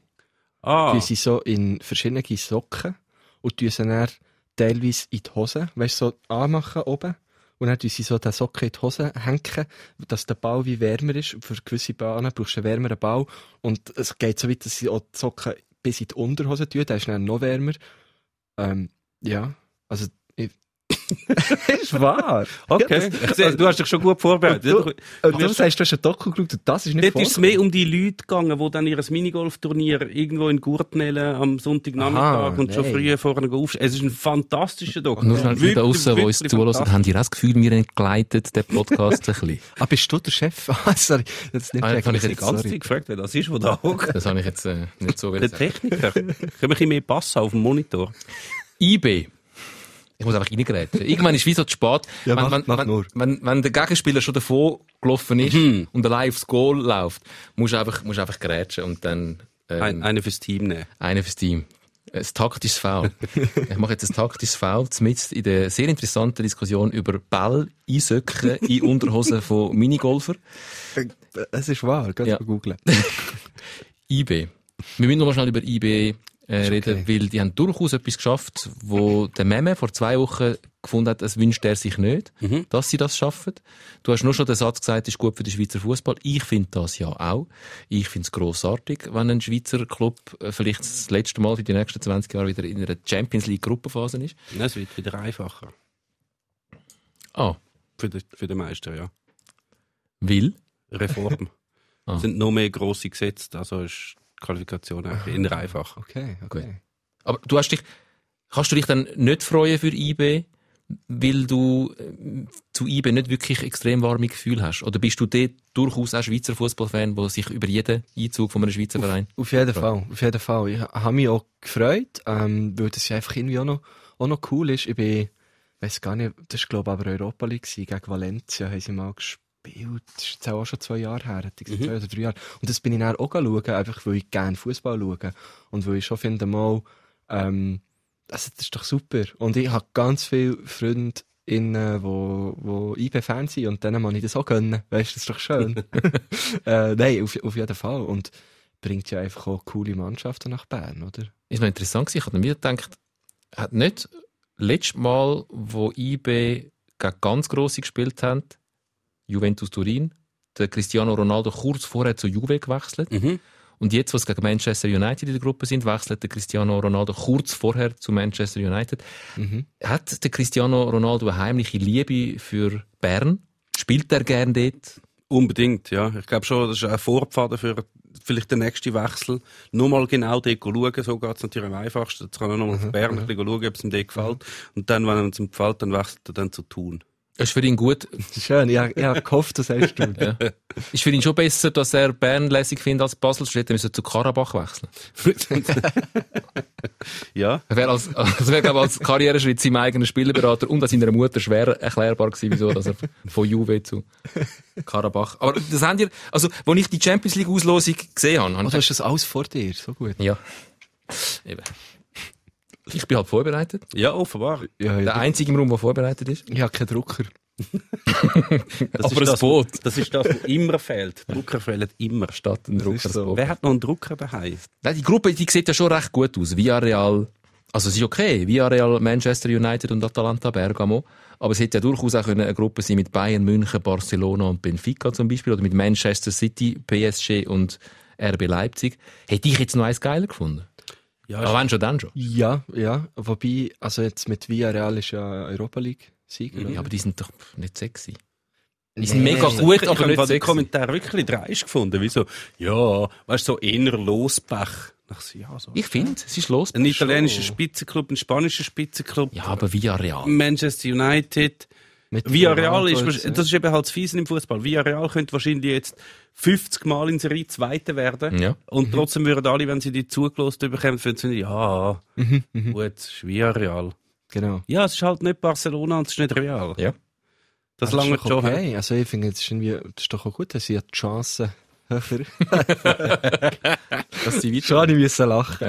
S2: Ah,
S1: Die sind so in verschiedene Socken und tun sie dann teilweise in die Hose, weißt du, so anmachen oben. Und dann tun sie so den Socken in die Hose hängen, dass der Ball wie wärmer ist. Für gewisse Bahnen brauchst du einen wärmeren Ball. Und es geht so weit, dass sie auch die Socken bis in die Unterhose tun, dann ist dann noch wärmer. Ähm, ja, also... Ich ist wahr.
S2: okay. Ich sehe, du hast dich schon gut vorbereitet.
S1: Und
S2: Du,
S1: Und
S2: Also,
S1: also, du sagst, du hast ein Doku geschaut und das ist nicht
S2: Dort ist es
S1: vorgekommen.
S2: mehr um die Leute gegangen, die dann ihr Minigolf-Turnier irgendwo in Gurtnellen am Sonntagnachmittag
S1: Aha,
S2: und schon
S1: nein.
S2: früh vorne aufstehen. Es ist ein fantastischer Doc.
S3: Nur schnell die da
S2: Wirklich,
S3: draussen, die uns
S2: wirklich
S3: zulassen, haben die auch das Gefühl, wir entgleiten den Podcast ein bisschen.
S1: Ah, bist du der Chef? Ah, sorry. Das ist nicht
S3: Ah,
S1: gecheckt.
S3: kann ich
S2: Die
S3: jetzt
S2: ganze Zeit gefragt, wer das ist, wo da hockt.
S3: Das habe ich jetzt äh, nicht so
S2: Der
S3: wollen sagen.
S2: Techniker. Können wir ein bisschen mehr passen auf dem Monitor?
S1: Genau.
S3: IB. E Ich muss einfach reingrätschen. Irgendwann ist wie so zu spät.
S1: Ja,
S3: wenn,
S1: mach-
S3: wenn,
S1: mach
S3: wenn,
S1: nur. Mhm.
S3: Wenn, wenn der Gegenspieler schon davon gelaufen ist und allein aufs Goal läuft, musst du einfach, musst du einfach grätschen und dann ähm,
S2: Ein, einen fürs Team nehmen.
S3: einen fürs Team. ein taktisches Foul. ich mache jetzt ein taktisches Foul, zumindest in der sehr interessanten Diskussion über Ball in Socken, in Unterhosen von Minigolfer.
S1: Es ist wahr, kannst
S3: Ja.
S1: du googeln.
S3: IB. Wir müssen noch mal schnell über IB äh, reden, weil die haben durchaus etwas geschafft, wo der Meme vor zwei Wochen gefunden hat, es wünscht er sich nicht, dass sie das schaffen. Du hast nur schon den Satz gesagt, ist gut für den Schweizer Fußball. Ich finde das ja auch. Ich finde es grossartig, wenn ein Schweizer Club äh, vielleicht das letzte Mal für die nächsten 20 Jahre wieder in einer Champions League Gruppenphase ist.
S2: Nein, es wird wieder einfacher.
S3: Ah,
S2: Für den, für den Meister, ja.
S3: will?
S2: Reform.
S3: Ah.
S2: Es sind noch mehr grosse Gesetze, also ist die Qualifikation eigentlich eher einfacher.
S1: Okay, okay.
S3: Aber du hast dich, kannst du dich dann nicht freuen für IB, weil du ähm, zu IB nicht wirklich extrem warme Gefühle hast? Oder bist du dort durchaus auch Schweizer Fußballfan, der sich über jeden Einzug von einem Schweizer Verein?
S1: Auf jeden Fall, auf jeden Fall. Ich habe mich auch gefreut, ähm, weil das ja einfach irgendwie auch noch, auch noch cool ist. Ich bin, weiß gar nicht, das war glaube ich aber Europa League, gewesen. gegen Valencia haben sie mal gespielt. Das ist jetzt auch schon zwei Jahre her, hätte ich gesagt, zwei oder drei Jahre. Und das bin ich dann auch schauen, einfach weil ich gerne Fußball schaue. Und weil ich schon finde, mal, ähm, also das ist doch super. Und ich habe ganz viele Freunde, in, äh, wo, wo IB-Fan sind und denen kann ich das auch gönnen. Weißt du, das ist doch schön. äh, nein, auf, auf jeden Fall. Und bringt ja einfach auch coole Mannschaften nach Bern, oder?
S3: Ist noch interessant gewesen. Ich habe dann wieder gedacht, hat nicht letztes Mal, wo IB gegen ganz Grosse gespielt haben, Juventus Turin, der Cristiano Ronaldo kurz vorher zu Juve gewechselt.
S2: Mhm.
S3: Und jetzt, was gegen Manchester United in der Gruppe sind, wechselt der Cristiano Ronaldo kurz vorher zu Manchester United.
S1: Mhm.
S3: Hat der Cristiano Ronaldo eine heimliche Liebe für Bern? Spielt er gern dort?
S2: Unbedingt, ja. Ich glaube schon, das ist ein Vorpfad für vielleicht den nächsten Wechsel. Nur mal genau dort schauen, so geht es natürlich am einfachsten. Jetzt kann er nochmal
S3: Mhm.
S2: zu Bern ein bisschen schauen, ob es ihm dort gefällt. Und dann, wenn ihm es ihm gefällt, dann wechselt er dann zu Thun.
S3: Ist für ihn gut,
S1: Schön, ich, ich habe gehofft, das sagst du.
S3: ja. Ist für ihn schon besser, dass er Bern lässig findet als Basel. Statt er müsste zu Karabach wechseln.
S2: ja,
S3: Er wäre als, also wäre, glaube ich, als Karriereschritt seinem eigenen Spielerberater und auch seiner Mutter schwer erklärbar gewesen, wieso dass er von Juve zu Karabach. Aber das haben ihr, also, als ich die Champions League Auslosung gesehen habe, habe ich
S1: Du hast das alles vor dir, so gut.
S3: Ja. Eben. Ich bin halt vorbereitet.
S2: ja, offenbar.
S1: Ja,
S3: Der
S1: ja,
S3: einzige im Raum, der vorbereitet ist.
S1: ich habe keinen Drucker.
S2: Das
S3: Aber
S2: ist
S3: ein
S2: das,
S3: Boot.
S2: Das ist das, was immer fehlt. Drucker fehlen immer.
S3: Statt ein Drucker.
S1: ist so.
S3: das Boot.
S2: Wer hat noch einen Drucker daheim?
S3: Nein, die Gruppe, die sieht ja schon recht gut aus. Villarreal. Also, es ist okay. Villarreal, Manchester United und Atalanta Bergamo. Aber es hätte ja durchaus auch können eine Gruppe sein mit Bayern, München, Barcelona und Benfica zum Beispiel. Oder mit Manchester City, PSG und RB Leipzig. Hätte ich jetzt noch eins geiler gefunden.
S2: Ja,
S3: Aber wenn schon, dann schon.
S1: Ja, ja. Wobei, also jetzt mit Villarreal ist ja Europa League-Sieger.
S2: Mhm.
S3: Ja, aber die sind doch nicht sexy.
S1: die
S3: sind mega gut,
S2: ich
S3: aber
S2: habe
S3: nicht
S2: den
S3: sexy.
S2: Kommentar wirklich dreist gefunden. Wieso? Ja, weißt du, so inner Losbach. Ach, so, ja, so.
S3: Ich finde, es ist los.
S2: Ein italienischer Spitzenclub, ein spanischer Spitzenclub,
S3: Ja, aber Villarreal.
S2: Manchester United.
S1: Mit
S2: Villarreal ist,
S1: Ronaldo
S2: wahrsch-
S1: jetzt, ja.
S2: das ist eben halt das Fiesen im Fußball. Villarreal könnte wahrscheinlich jetzt 50 Mal in Serie Zweiter werden.
S3: Ja.
S2: Und trotzdem würden alle, wenn sie die zugelost bekommen, würden sie, ja, gut, es ist Villarreal.
S1: Genau.
S2: Ja, es ist halt nicht Barcelona und es ist nicht Real.
S3: Ja.
S2: Das
S1: Aber
S2: lange
S1: ist doch
S2: schon. her.
S1: Okay, also ich finde, das ist, irgendwie, das ist doch auch gut, dass sie ja die Chancen höher.
S3: Dass sie
S1: Schon, ich müssen lachen.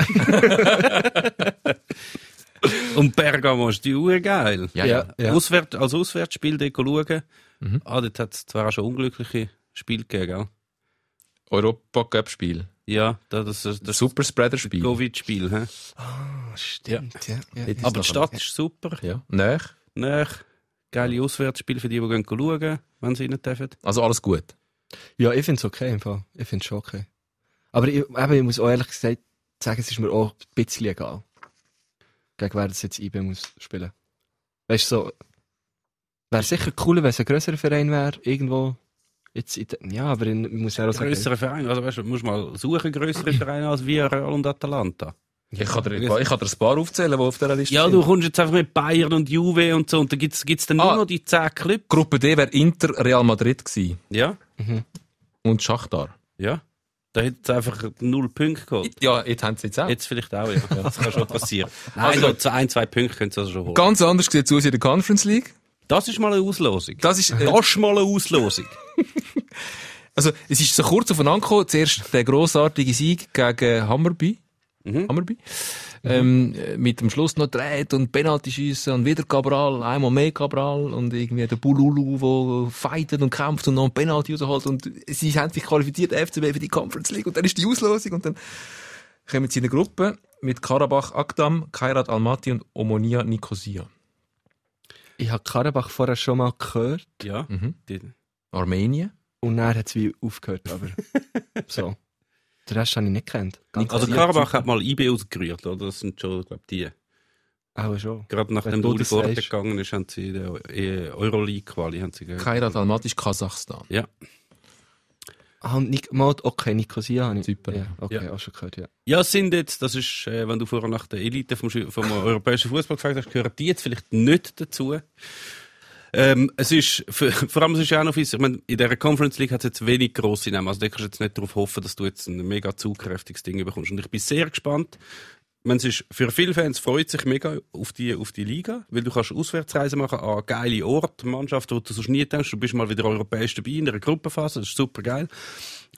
S2: Und Bergamo ist die Uhr geil.
S3: Ja, ja.
S1: Ja.
S2: Auswärt, als Auswärtsspiel dort schauen. Ah, dort hat es zwar auch schon unglückliche Spiele gegeben,
S3: Europa-Cup-Spiel.
S2: gell? Ja, da- das, das, das
S3: Super-Spreader-Spiel.
S2: Covid-Spiel. hä?
S1: Ah, stimmt, ja. ja, ja.
S2: Aber die Stadt ist super.
S3: Ja. Nach.
S2: Näher. Geile Auswärtsspiele für die, die gehen schauen, wenn sie nicht dürfen.
S3: Also alles gut.
S1: Ja, ich find's okay im Fall. Ich find's schon okay. Aber ich, eben, ich muss auch ehrlich gesagt sagen, es ist mir auch ein bisschen egal. Gegen wer das jetzt IB muss spielen. Weißt du, so. Wäre sicher cool, wenn es ein grösserer Verein wäre, irgendwo. Jetzt in der- ja, aber in, ich muss ja auch sagen.
S2: Größere Vereine, also weißt du, musst mal suchen, größere Vereine als Villarreal und Atalanta.
S3: Ich kann dir, ich kann dir ein paar aufzählen, die auf dieser Liste
S2: Ja,
S3: sind.
S2: du kommst jetzt einfach mit Bayern und Juve und so, und da gibt's, gibt's dann
S3: Ah.
S2: nur noch die 10 Clubs.
S3: Gruppe D wäre Inter, Real Madrid gewesen.
S2: Ja,
S3: Und Schachtar.
S2: ja. Da hätt's einfach null Punkte geholt.
S3: Ja, jetzt haben sie jetzt auch.
S2: Jetzt vielleicht auch, ja. Das kann schon passieren. Ah. Nein, also, so ein, zwei Punkte können sie also schon holen.
S3: Ganz anders sieht es aus in der Conference League.
S2: Das ist mal eine Auslosung.
S3: Das ist, äh,
S2: Das ist mal eine Auslosung.
S3: also, es ist so kurz aufeinander gekommen. Zuerst der grossartige Sieg gegen Hammerby. Hammerby. Ähm, äh, mit dem Schluss noch dreht und Penalty schiessen und wieder Cabral, einmal mehr Cabral und irgendwie der Bululu, der fightet und kämpft und noch einen Penalty rausholt und sie haben sich qualifiziert, der FCB, für die Conference League und dann ist die Auslosung und dann kommen sie in eine Gruppe mit Karabach Akdam, Kairat Almaty und Omonia Nicosia.
S1: Ich habe Karabach vorher schon mal gehört
S2: Ja. Die,
S3: Armenien?
S1: und dann hat es wie aufgehört, aber so. Den Rest habe ich nicht gekannt. Ganz
S2: also
S1: ehrlich.
S2: Karabach hat mal IB ausgerührt, oder? Das sind schon, glaube die.
S1: Auch schon.
S2: Gerade nachdem
S1: du
S2: Uli
S1: das
S2: Forte
S1: sagst.
S2: gegangen ist, haben sie in der äh, Euroleague-Quali haben sie gehört.
S3: Kairat Almaty ist Kasachstan.
S2: Ja.
S1: Ah, und Nik Mod, okay, Nikosia habe ich.
S3: Zypern.
S1: Ja, okay,
S2: Ja.
S1: auch schon gehört, ja.
S2: Ja, es sind jetzt, das ist, äh, wenn du vorher nach der Elite vom, Schu- vom europäischen Fußball gefragt hast, gehören die jetzt vielleicht nicht dazu. Ähm, es ist, für, vor allem, es ist ja auch noch fies. Ich meine, in dieser Conference League hat es jetzt wenig grosse Namen. Also, da kannst du jetzt nicht darauf hoffen, dass du jetzt ein mega zugkräftiges Ding bekommst. Und ich bin sehr gespannt. Ich meine, es ist, für viele Fans freut sich mega auf die, auf die Liga, weil du kannst Auswärtsreisen machen an geile Orte, Mannschaften, wo du sonst nie denkst. Du bist mal wieder europäisch dabei in einer Gruppenphase. Das ist super geil.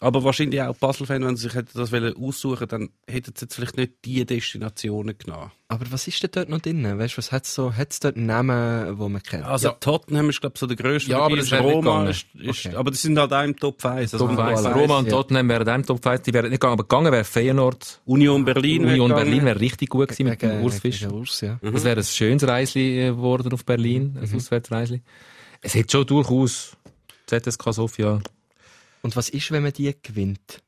S2: Aber wahrscheinlich auch Basel-Fan, wenn sie sich hätten das wollen aussuchen dann hätten sie jetzt vielleicht nicht die Destinationen genommen.
S1: Aber was ist denn dort noch drin? Weißt du, was hat so, hat's dort einen Namen, den man kennt?
S2: Also Tottenham ist, glaube ich, so der grösste.
S3: Ja,
S2: dabei,
S3: aber das
S2: ist
S3: wäre nicht
S2: Roma
S3: gegangen.
S2: ist, ist,
S1: Okay.
S2: Aber die sind halt auch im Top 5. Also
S1: Top
S2: wenn
S1: five.
S2: du-
S1: Weiss,
S3: Roma und
S1: ja.
S3: Tottenham wären dem Top 5, die wären nicht gegangen, aber gegangen wäre Feyenoord.
S2: Union Berlin wäre
S3: Union
S2: gegangen.
S3: Berlin wäre richtig gut gewesen mit dem
S1: Gegen-
S3: Urs Fischer.
S1: gegen Urs, ja.
S3: Das wäre ein schönes Reisli äh, geworden auf Berlin,
S1: Mhm.
S3: ein Auswärtsreisli. Es hätte schon durchaus ZSK Sofia,
S1: Und was ist, wenn man die gewinnt?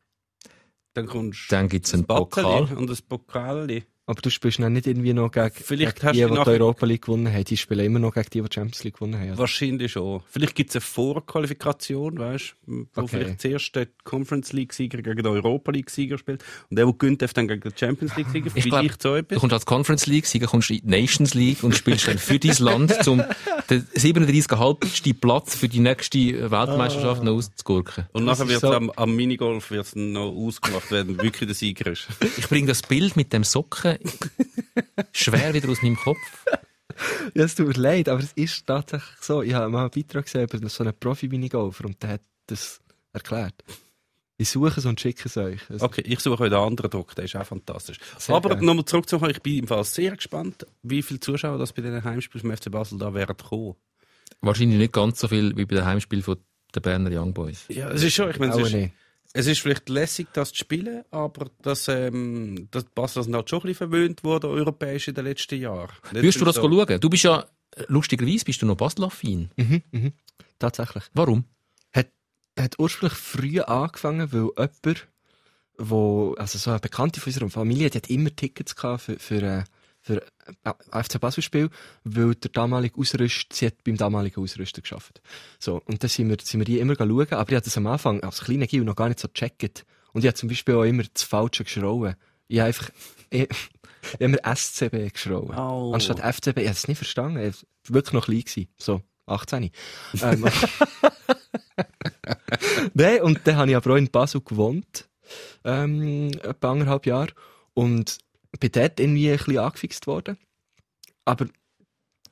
S2: Dann kommst du
S3: dann gibt es einen
S2: Pokal
S3: Pokal.
S2: und ein Pokal.
S1: Aber du spielst dann nicht irgendwie noch gegen,
S2: Vielleicht
S1: gegen
S2: hast
S1: die,
S2: du
S1: die die
S2: nachher-
S1: Europa League gewonnen haben. Die spielen immer noch gegen die, die die Champions League gewonnen haben.
S2: Wahrscheinlich schon. Vielleicht gibt es eine Vorqualifikation, weißt du, wo
S1: Okay.
S2: vielleicht zuerst der Conference League-Sieger gegen den Europa League-Sieger spielt. Und der, der gewinnt, darf dann gegen den Champions League-Sieger.
S3: Ich glaub,
S2: Vielleicht so
S3: Du
S2: etwas.
S3: kommst als Conference League, Sieger kommst in die Nations League und spielst dann für dein Land, um den 37,5. Platz für die nächste äh,
S1: Ah.
S3: Weltmeisterschaft noch auszugurken.
S2: Und nachher wird
S1: so-
S2: am, am Minigolf wird's noch ausgemacht, wer denn wirklich der Sieger ist.
S3: Ich bringe das Bild mit dem Socken schwer wieder aus meinem Kopf.
S1: Ja, es tut mir leid, aber es ist tatsächlich so. Ich habe mal einen Beitrag gesehen über so einen Profi-Minigolfer und der hat das erklärt. Ich suche es und schicke es euch. Also,
S2: Okay, ich suche einen anderen Druck, der ist auch fantastisch.
S1: Sehr
S2: Aber
S1: geil.
S2: nochmal zurückzukommen, ich bin im Fall sehr gespannt, wie viele Zuschauer das bei diesen Heimspielen vom FC Basel da wären gekommen.
S3: Wahrscheinlich nicht ganz so viel wie bei dem Heimspiel von den Berner Young Boys.
S2: Ja, es ist schon, ich meine,
S1: auch
S2: es ist,
S1: nicht.
S2: es ist vielleicht lässig, das zu spielen, aber dass, ähm, dass die Basel sind halt schon ein bisschen verwöhnt worden, europäisch in den letzten Jahren. Nicht
S3: Würdest du das
S2: so-
S3: schauen? Du bist ja, äh, lustigerweise bist du noch Basel-affin.
S1: Mhm, mhm. Tatsächlich.
S3: Warum?
S1: Er hat ursprünglich früh angefangen, weil jemand, wo, also so eine Bekannte von unserer Familie, die hat immer Tickets gehabt für, für, äh, für ein FC Basel-Spiel, weil der damalige Ausrüster, sie hat beim damaligen Ausrüster geschafft. So, und dann sind wir, sind wir die immer schauen, aber ich habe das am Anfang als kleiner Gil noch gar nicht so gecheckt. Und ich habe zum Beispiel auch immer das Falsche geschrauen. Ich habe einfach, ich, ich habe immer SCB geschrauen.
S2: Au.
S1: Anstatt FCB. Ich habe es nicht verstanden. Ich war wirklich noch klein. Gewesen. So, 18. Ähm, Nein, und dann habe ich aber auch in Basel gewohnt, ähm, etwa anderthalb Jahre. Und bin dort irgendwie ein bisschen angefixt worden. Aber,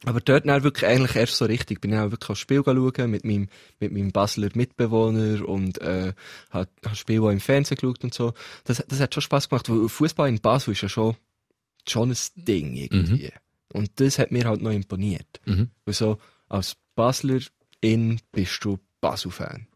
S1: aber dort dann wirklich eigentlich erst so richtig. Bin ich auch wirklich aufs Spiel schauen mit meinem, mit meinem Basler Mitbewohner und, äh, habe hab das Spiel auch im Fernsehen geschaut und so. Das, das hat schon Spass gemacht, weil Fußball in Basel ist ja schon, schon ein Ding irgendwie. Und das hat mir halt noch imponiert.
S3: Mhm.
S1: Weil so, als Basler in bist du Basel-Fan.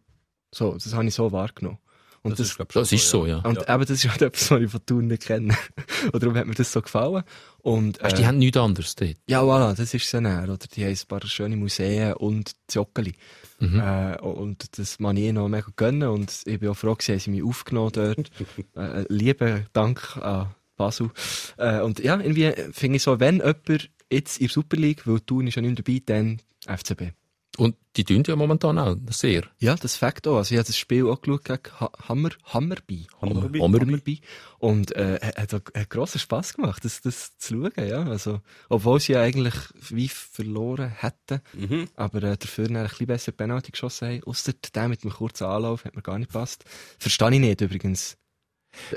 S1: So, das habe ich so wahrgenommen. Und das,
S2: glaub ich,
S3: Das ist so, ja.
S1: und eben, das ist halt etwas, was ich von Thun nicht kenne. Und darum hat mir das so gefallen. Und, äh,
S3: Weißt, die haben nichts anderes dort.
S1: ja, voilà, das ist sehr näher, oder? Die haben ein paar schöne Museen und Zockeli.
S3: Mhm.
S1: Äh, und das mag ich ihnen auch mega gönnen. Und ich bin auch froh, gewesen, haben sie mich aufgenommen dort. äh, lieben Dank an Basel. Äh, und ja, irgendwie finde ich so, wenn jemand jetzt in der Super League, weil Thun ist ja nicht mehr dabei, dann FCB.
S3: Und die tun ja momentan auch sehr.
S1: Ja, das fängt auch. Also ich habe das Spiel auch geschaut gegen ha Hammer, Hammerby.
S2: Hammerby.
S1: Hammerby. Und äh, hat, hat- hat grossen Spass gemacht, das, das zu schauen. Ja. Also, obwohl sie ja eigentlich wie verloren hätten,
S2: Mhm.
S1: aber äh, dafür dann ein bisschen besser Penalty geschossen haben. Ausser der mit dem kurzen Anlauf hat mir gar nicht gepasst. Verstehe ich nicht übrigens.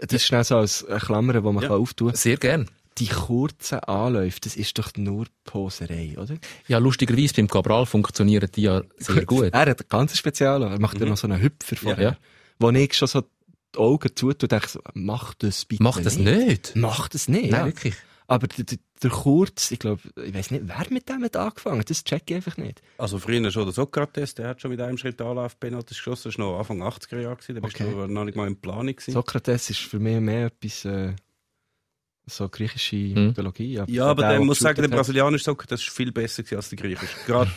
S1: Das ist schnell so als äh, Klammer, die man
S2: Ja.
S1: kann auftun kann.
S3: Sehr gern.
S1: Die kurzen Anläufe, das ist doch nur Poserei, oder?
S3: Ja, lustigerweise, beim Cabral funktionieren die ja sehr gut. Mhm.
S1: Er hat ein ganz Spezial, er macht ja noch so einen Hüpfer vorher.
S3: Ja.
S1: Wo ich schon so die Augen zutut und denkt, so, mach das bitte
S3: Mach das nicht.
S1: Mach das nicht.
S3: Nein,
S1: ja.
S3: wirklich.
S1: Aber der, der, der Kurz, ich glaube, ich weiß nicht, wer mit dem hat angefangen Das check ich einfach nicht.
S2: Also früher schon der Sokrates, der hat schon mit einem Schritt Anlauf Penalty geschossen. Das war noch Anfang 80er Jahre. gewesen, Da bist
S1: Okay.
S2: du noch nicht mal in Planung. Gewesen.
S1: Sokrates ist für mich mehr etwas, äh, so griechische
S3: Mhm.
S1: Mythologie.
S2: Ja, aber
S1: der,
S2: der
S1: der
S2: muss sagen, der
S1: geshootet hat-
S2: brasilianische Sokrates war viel besser gewesen als der griechische. Gerade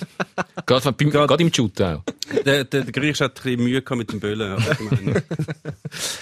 S3: Gerade, beim-
S2: Gerade-
S3: gerade im Shootout. auch.
S2: der, der, der griechische hat ein bisschen Mühe gehabt mit dem Böllen. aber ich meine.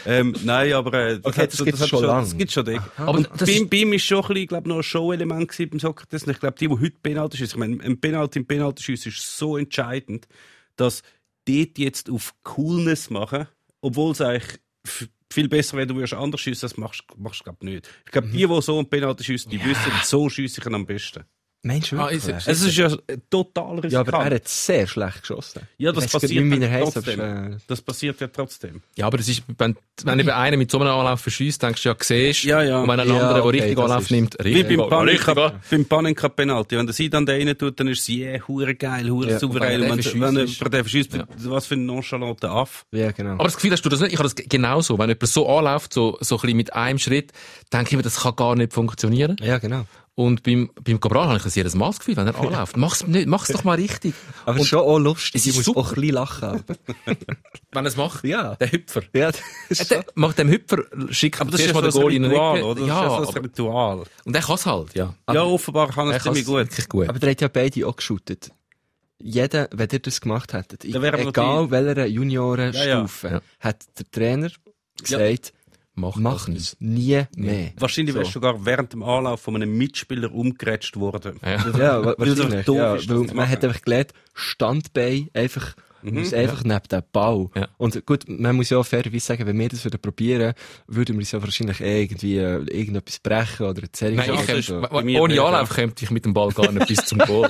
S2: ähm, nein, aber äh,
S1: Okay, das gibt's schon
S2: schon
S1: lang.
S2: Das gibt schon. dick.
S3: Aber
S2: Und
S3: das
S2: beim, beim ist schon ein bisschen, glaub, noch ein Show-Element gewesen beim Sokrates. Und ich glaube, die, die heute Penalty schießen, ich meine, ein Penalty im Penalty schießen ist so entscheidend, dass dort jetzt auf Coolness machen, obwohl es eigentlich f- viel besser, wenn du würdest anders schiessen, das machst du, glaube nicht. Ich glaube, die,
S1: Mhm.
S2: die so einen Penalty schießen, die wissen, so schiesse ich ihn am besten.
S1: Mensch,
S3: Ah,
S1: wirklich?
S3: ist
S2: Es ist ja ein total riskant.
S1: ja, aber er hat sehr schlecht geschossen.
S2: Ja, das
S1: Ich weiss
S2: passiert
S1: nicht, wie er
S2: halt
S1: heisst, aber es ist,
S2: trotzdem.
S1: äh,
S2: Das passiert ja trotzdem.
S3: Ja, aber das ist, wenn, wenn eben einer mit so einem Anlauf verschießt, denkst du ja, siehst.
S2: Ja, ja.
S3: Und wenn ein
S1: Ja,
S3: anderer, der
S1: okay,
S3: richtig
S1: das
S3: Anlauf
S1: ist-
S3: nimmt,
S2: Wie
S3: richtig.
S2: beim
S3: richtig
S2: Panenka,
S3: an.
S2: beim Panenka Penalty. Wenn der sie dann da rein tut, dann ist sie yeah, hure geil, hure
S1: Ja,
S2: souverän. Und wenn,
S3: und wenn der
S2: wenn
S3: verschiesst
S2: jemand der verschießt, was für ein nonchalanter Aff.
S1: Ja, genau.
S3: Aber das Gefühl hast du das nicht? Ich habe das ge- genauso. Wenn jemand so anläuft, so, so ein bisschen mit einem Schritt, denke ich mir, das kann gar nicht funktionieren.
S1: ja, genau.
S3: Und beim, beim Cabral habe ich ein sehr ein Massgefühl, wenn er anläuft. Mach's nicht, mach's doch mal richtig.
S1: Aber schon auch lustig.
S3: es ist
S1: Ich muss
S3: super.
S1: auch ein bisschen lachen. aber-
S3: Wenn er es macht,
S1: Ja.
S3: der Hüpfer. Äh,
S1: ja, das ist
S3: Der, macht dem Hüpfer, schickt aber
S2: ja
S3: mal den
S2: so ein
S3: Goal in den
S2: Ritual,
S3: Rücken.
S2: oder? Das
S3: Ja, Ah,
S2: ist ja so ein
S3: aber,
S2: Ritual.
S3: und er kann es halt, ja.
S2: Ja, offenbar kann
S3: Er
S2: es
S3: kann's
S2: ziemlich gut.
S3: wirklich gut.
S1: Aber der hat ja beide auch geshootet. Jeder, wenn ihr das gemacht hättet,
S2: Dann wären wir
S1: egal welcher
S2: Ja, ja.
S1: Juniorenstufe,
S3: Ja.
S1: hat der Trainer gesagt,
S3: macht
S1: macht
S3: dus.
S1: es nie mehr.
S2: Wahrscheinlich wärst du sogar während dem Anlauf von einem Mitspieler umgerätscht worden.
S3: Ja.
S1: Ja, wa-
S2: Weil es
S1: wahrscheinlich.
S2: einfach doof
S1: ja,
S2: ist, das
S1: weil
S2: zu
S1: man
S2: machen.
S1: hat einfach gelernt, Standbein einfach,
S2: Mhm.
S1: muss einfach neben dem Ball.
S3: Ja.
S1: Und gut, man muss ja auch fairerweise sagen, wenn wir das würden probieren, würden wir uns ja wahrscheinlich irgendwie äh, irgendetwas brechen oder eine Zerrung
S3: Nein,
S1: oder
S3: ich
S1: so.
S3: kämpf,
S2: bei mir
S3: ohne
S2: nicht,
S3: Anlauf kämpft ich mit dem Ball gar nicht bis zum Goal.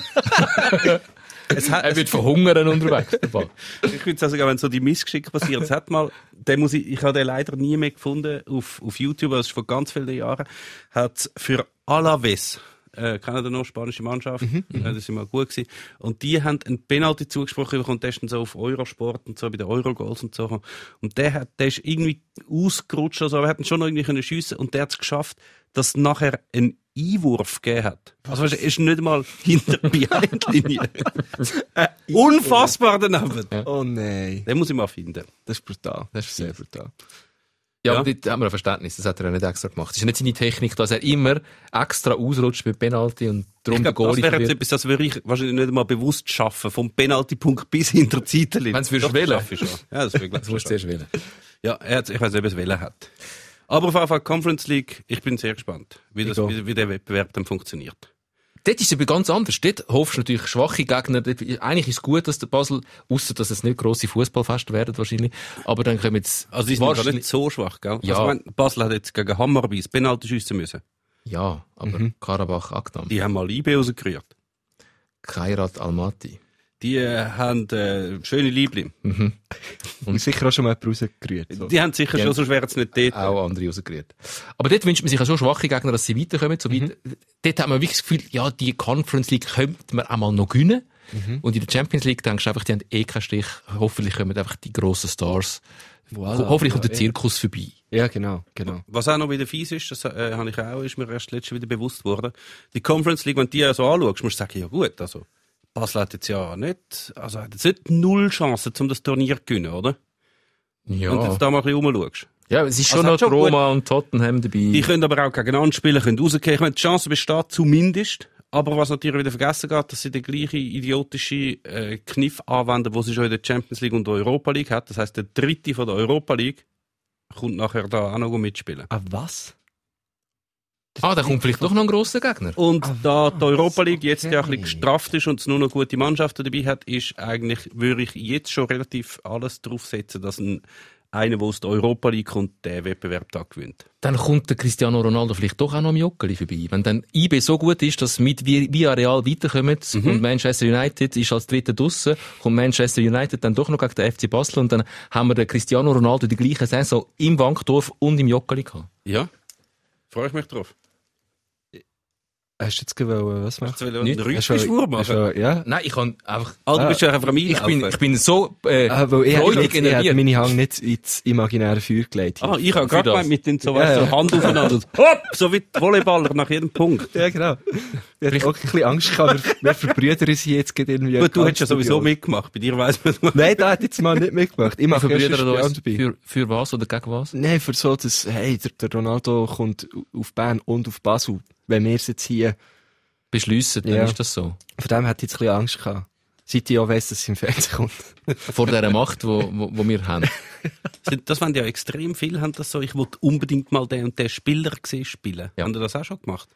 S2: Es hat,
S3: er wird verhungern unterwegs. der Ball.
S2: ich würde sagen, wenn so die Missgeschicke passieren, es hat mal, den muss ich, ich habe den leider nie mehr gefunden auf, auf YouTube, das ist vor ganz vielen Jahren, hat für Alaves, äh, kennen ihr noch, spanische Mannschaft, äh, das sind mal gut gewesen, und die haben einen Penalty zugesprochen bekommen, der ist dann so auf Eurosport und so, bei den Eurogoals und so, und der hat, der ist irgendwie ausgerutscht, also, aber er hat ihn schon noch irgendwie können schiessen, und der hat es geschafft, dass nachher ein Einwurf gegeben hat. Also, weißt du, er ist nicht mal hinter der Behind-Linie. Äh, Unfassbar daneben.
S1: Oh nein,
S2: Den muss ich mal finden.
S1: das ist brutal. Das ist sehr brutal.
S3: Ja,
S2: Ja.
S3: aber dort haben wir ein Verständnis. Das hat er ja nicht extra gemacht. Das ist ja nicht seine Technik, dass er immer extra ausrutscht mit Penalty und
S2: Ich
S3: drum der
S2: glaub, das
S3: Goalie
S2: wäre jetzt
S3: verliert.
S2: etwas, das würde ich wahrscheinlich nicht mal bewusst schaffen, vom Penaltypunkt bis hinter die Seitenlinie.
S3: Wenn's würdest
S2: Doch, das
S3: wählen.
S2: schaff ich schon. Ja, das würde ich glaub
S3: Das musst du
S2: schon
S3: zuerst wählen.
S2: Ja, er hat's- ich weiß nicht, ob er es wählen hat. Aber auf jeden Fall Conference League, ich bin sehr gespannt, wie, das,
S1: auch.
S2: wie, wie der Wettbewerb dann funktioniert.
S3: Dort ist es aber ganz anders. Dort hoffst du natürlich schwache Gegner. Dort- Eigentlich ist es gut, dass der Basel, außer dass es nicht grosse Fußballfeste werden wahrscheinlich, aber dann kommen jetzt
S2: Also die sind gar nicht so schwach, gell?
S3: Ja.
S2: Also, ich mein, Basel hat jetzt gegen Hammerbeis Penalty schiessen müssen.
S3: Ja, aber
S2: Mhm.
S3: Karabach Akdam,
S2: Die haben mal Liebe rausgerührt.
S3: Kairat Almaty.
S2: Die äh, haben äh, schöne Liebling.
S1: Und sicher auch schon mal jemand rausgerührt. So.
S2: Die haben sicher schon, sonst wären sie nicht dort.
S3: Auch andere rausgerührt. Aber dort wünscht man sich ja schon schwache Gegner, dass sie weiterkommen. So weit.
S2: Mhm.
S3: Dort hat man wirklich das Gefühl, ja, die Conference League könnte man auch mal noch gewinnen.
S2: Mhm.
S3: Und in der Champions League denkst du einfach, die haben eh keinen Stich. Hoffentlich kommen einfach die grossen Stars. Ho hoffentlich kommt der Zirkus vorbei.
S1: Ja, genau, genau.
S2: Was auch noch wieder fies ist, das äh, habe ich auch, ist mir erst letztens wieder bewusst worden. Die Conference League, wenn du die so anschaust, musst du sagen, ja gut, also Basel hat jetzt ja nicht, also hat jetzt nicht null Chancen, um das Turnier zu gewinnen, oder? Wenn du
S3: Ja.
S2: jetzt da mal ein bisschen rumschaust.
S3: ja, es ist
S2: Also
S3: schon
S2: hat
S3: noch
S2: schon gut-
S3: Roma und Tottenham dabei.
S2: Die können aber auch gegeneinander spielen, können rausgehen. Ich meine, die Chance besteht zumindest. Aber was natürlich wieder vergessen geht, dass sie den gleichen idiotischen äh, Kniff anwenden, den sie schon in der Champions League und der Europa League hat. Das heißt, der dritte von der Europa League kommt nachher da auch noch mitspielen.
S1: Ah, was?
S3: ah, da kommt vielleicht doch noch ein grosser Gegner.
S2: Und da die Ah. Europa League jetzt ja ein
S1: okay.
S2: bisschen gestrafft ist und es nur noch gute Mannschaften dabei hat, ist eigentlich, würde ich jetzt schon relativ alles draufsetzen, dass ein, einer, der aus der Europa League kommt, den Wettbewerb da gewinnt.
S3: Dann kommt der Cristiano Ronaldo vielleicht doch auch noch am Joggeli vorbei. Wenn dann IB so gut ist, dass sie mit Vi- Villarreal weiterkommen und Manchester United ist als Dritter draussen, kommt Manchester United dann doch noch gegen den FC Basel und dann haben wir den Cristiano Ronaldo die gleiche Saison im Wankdorf und im Joggeli gehabt.
S2: Ja, freue ich mich drauf.
S1: Äh, Hast du jetzt gewollt, was machen?
S2: Hast du wollen
S3: Nicht.
S2: einen
S1: Hast du wollen-
S2: Rüschbeschwur
S1: hast
S2: machen?
S1: du wollen- Ja.
S3: Nein, ich kann einfach...
S2: Alter, Also, du bist ja einfach am
S3: Ich bin,
S2: Einlaufen.
S3: ich bin so äh,
S1: Ah, weil ich,
S3: freudig
S1: ich, ich, ich habe
S3: enerviert.
S1: meine Hang nicht ins imaginäre Feuer gelegt.
S2: Ah, ich habe gerade
S3: Für das.
S2: gemeint, mit den so, weißt,
S1: Ja,
S2: so Hand aufeinander. Hopp! So wie die Volleyballer nach jedem Punkt.
S1: Ja, genau. Ich hatte auch ein bisschen Angst gehabt, wir, wir verbrüdern uns hier jetzt gerade irgendwie.
S2: Gut, du hättest ja sowieso
S1: mitgemacht.
S2: mitgemacht. Bei dir weiss man nur.
S1: Nein, da hat jetzt mal nicht mitgemacht. Ich mache
S3: Verbrüdern
S1: gestern
S3: uns
S1: Abend dabei.
S3: für, für was oder gegen was?
S1: Nein, für so das, hey, der, der Ronaldo kommt auf Bern und auf Basel. Wenn wir es jetzt hier,
S3: Beschliessen, dann
S1: Ja.
S3: ist das so.
S1: von dem hat ich jetzt ein bisschen Angst gehabt. Seit ich auch weiss, dass es im Fernsehen kommt.
S3: Vor dieser Macht, wo, wo, wo wir haben.
S2: Sind- Das waren ja extrem viele, haben das so. Ich wollte unbedingt mal den und den Spieler gesehen spielen.
S3: Ja.
S2: Haben die das auch schon gemacht?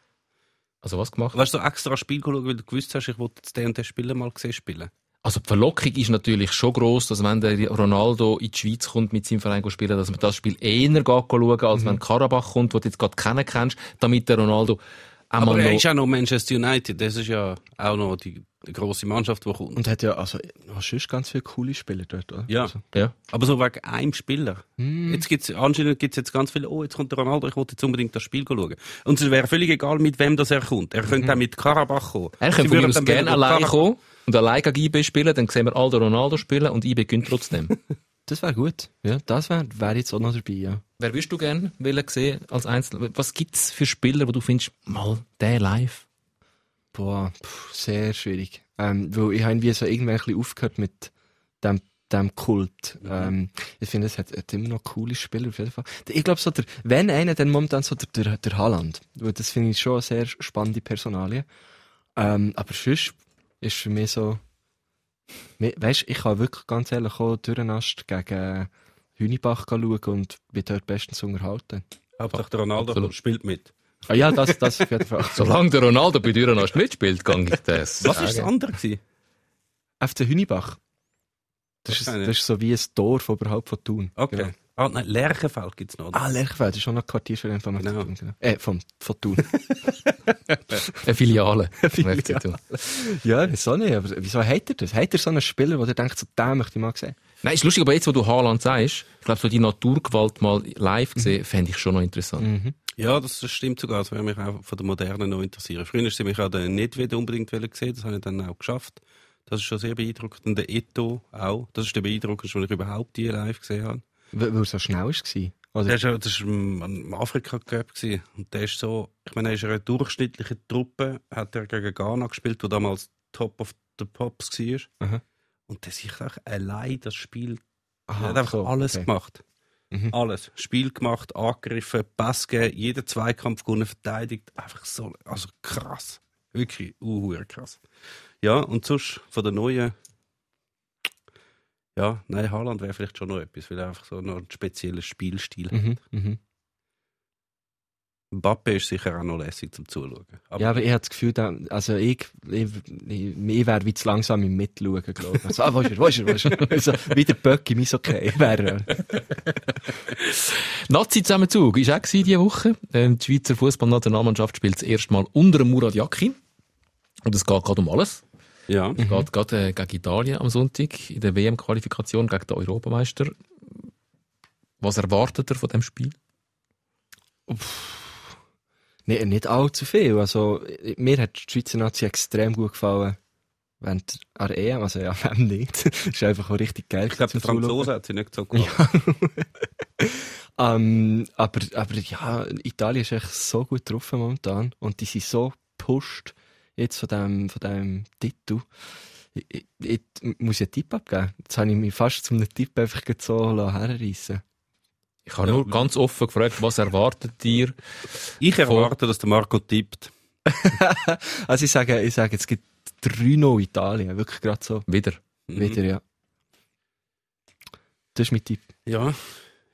S3: Also was gemacht?
S2: Weißt du, so extra ein Spiel geschaut, weil du gewusst hast, ich wollte den und den Spieler mal gesehen spielen.
S3: Also die Verlockung ist natürlich schon gross, dass wenn der Ronaldo in die Schweiz kommt mit seinem Verein spielen, dass man das Spiel eher geht schauen, als wenn Karabach kommt, wo du jetzt gerade keinen kennst, damit der Ronaldo einmal
S2: Aber er
S3: noch...
S2: ist auch noch Manchester United. Das ist ja auch noch die, die grosse Mannschaft, die kommt.
S1: Und hat ja, also, noch sonst ganz viele coole Spieler dort, oder?
S2: Ja.
S1: Also,
S3: Ja.
S2: Aber so wegen einem Spieler.
S3: Hm.
S2: Jetzt gibt's, anscheinend gibt es jetzt ganz viele, oh, jetzt kommt der Ronaldo, ich wollte jetzt unbedingt das Spiel schauen. Und es wäre völlig egal, mit wem das er kommt. Er könnte auch mit Karabach kommen.
S3: Mhm. Er
S2: Sie
S3: könnte von mir
S2: würden
S3: aus
S2: dann
S3: gerne
S2: wieder
S3: allein
S2: Karabach-
S3: kommen und allein gegen IB spielen, dann sehen wir Aldo Ronaldo spielen und IB gewinnt trotzdem.
S1: das wäre gut. Ja, das wäre wär jetzt auch noch dabei, ja.
S3: Wer würdest du gerne wollen sehen als Einzel? Was gibt's für Spieler, wo du findest, mal, der live?
S1: Boah, pff, sehr schwierig. Ähm, weil ich habe irgendwie so irgendwann ein bisschen aufgehört mit dem, dem Kult. Ähm, ich finde, es hat, hat immer noch coole Spieler auf jeden Fall. Ich glaube, so der, wenn einer, dann momentan so der, der, der Haaland. Weil das finde ich schon eine sehr spannende Personalie. Ähm, aber sonst ist für mich so, weißt ich kann wirklich ganz ehrlich auch Dürrenast gegen Hünibach schauen und bin dort bestens unterhalten.
S2: Hauptsache der Ronaldo
S3: Absolut.
S2: spielt mit.
S1: Ah ja, das, das auf jeden Fall.
S3: Solange der Ronaldo bei Dürrenast mitspielt, kann ich das.
S2: Was war das andere? Gewesen?
S1: FC Hünibach. Das
S2: Das
S1: ist,
S2: kann ich
S1: das ist so wie ein Dorf oberhalb von Thun.
S2: Okay.
S1: Genau.
S2: Ah, nein, Lerchenfeld gibt es noch.
S1: Ah, Lerchfeld ist schon noch Quartierverein von
S2: Genau.
S1: genau. Thun. Genau. Äh, von, von Thun.
S3: Eine Filiale. vom
S1: Filiale.
S3: FC Thun.
S1: ja, wieso nicht? Aber wieso hat er das? Hat er so einen Spieler, wo der denkt, so den möchte ich mal sehen?
S3: Nein, ist lustig, aber jetzt, wo du Haaland sagst, ich glaube, so die Naturgewalt mal live gesehen, fände ich schon noch interessant.
S2: Ja, das das stimmt sogar. Das würde mich auch von der Modernen noch interessieren. Früher ist sie mich auch den Nedved unbedingt wollen sehen. Das habe ich dann auch geschafft. Das ist schon sehr beeindruckend. Und der Eto auch. Das ist der beeindruckendste, den ich überhaupt je live gesehen habe.
S1: Weil, weil er so schnell war. Oder?
S2: Der ist, ja- das war im im Afrika-Cup. gewesen. Und der ist so, ich meine, er ist eine durchschnittliche Truppe, hat er gegen Ghana gespielt, wo damals Top of the Pops war.
S1: Aha.
S2: Und der sich auch allein das Spiel,
S1: Aha,
S2: er hat einfach
S1: so,
S2: alles
S1: okay.
S2: gemacht.
S1: Mhm.
S2: Alles. Spiel gemacht, angegriffen, Pass gegeben, jeden Zweikampf gewonnen, verteidigt. Einfach so, also krass. Wirklich, uhuere krass. Ja, und sonst von der neuen, ja, nein, Haaland wäre vielleicht schon noch etwas, weil er einfach so noch einen speziellen Spielstil hat.
S1: Mhm, mhm.
S2: Mbappe ist sicher auch noch lässig zum Zuschauen. Aber
S1: Ja, aber ich habe das Gefühl, da- also ich, ich, ich, ich wäre wie zu langsam im Mitschauen, glaube ich. Also, ah, wo ist er, wo ist er, wo ist er? So, wie der Böck im Eishockey wäre er.
S3: Nazi-Zusammenzug ist auch gewesen diese Woche. Ähm, die Schweizer Fußballnationalmannschaft spielt das erste Mal unter dem Murat Yakin. Und es geht gerade um alles.
S2: ja.
S3: Es geht gerade äh, gegen Italien am Sonntag in der WM-Qualifikation gegen den Europameister. Was erwartet ihr von dem Spiel?
S1: Nicht, nicht allzu viel. Also, i- mir hat die Schweizer Nazi extrem gut gefallen. Während der EM, also ja, wem nicht. ist einfach auch richtig geil.
S2: Ich glaube, der Franzose hat sie nicht so gemacht.
S1: Ähm, aber, aber ja, Italien ist echt so gut drauf momentan. Und die sind so pusht jetzt von dem, von dem Titel. Ich, ich, ich muss ja einen Tipp abgeben. Jetzt habe ich mich fast zum Tipp einfach gerade so herreissen
S3: Ich habe nur ganz offen gefragt, was erwartet ihr?
S2: Ich erwarte, dass der Marco tippt.
S1: Also, ich sage, ich sage, es gibt 3-0 Italien. Wirklich gerade so.
S3: Wieder.
S2: Mhm.
S1: Wieder, ja. Das ist mein Tipp.
S2: Mhm. Ja.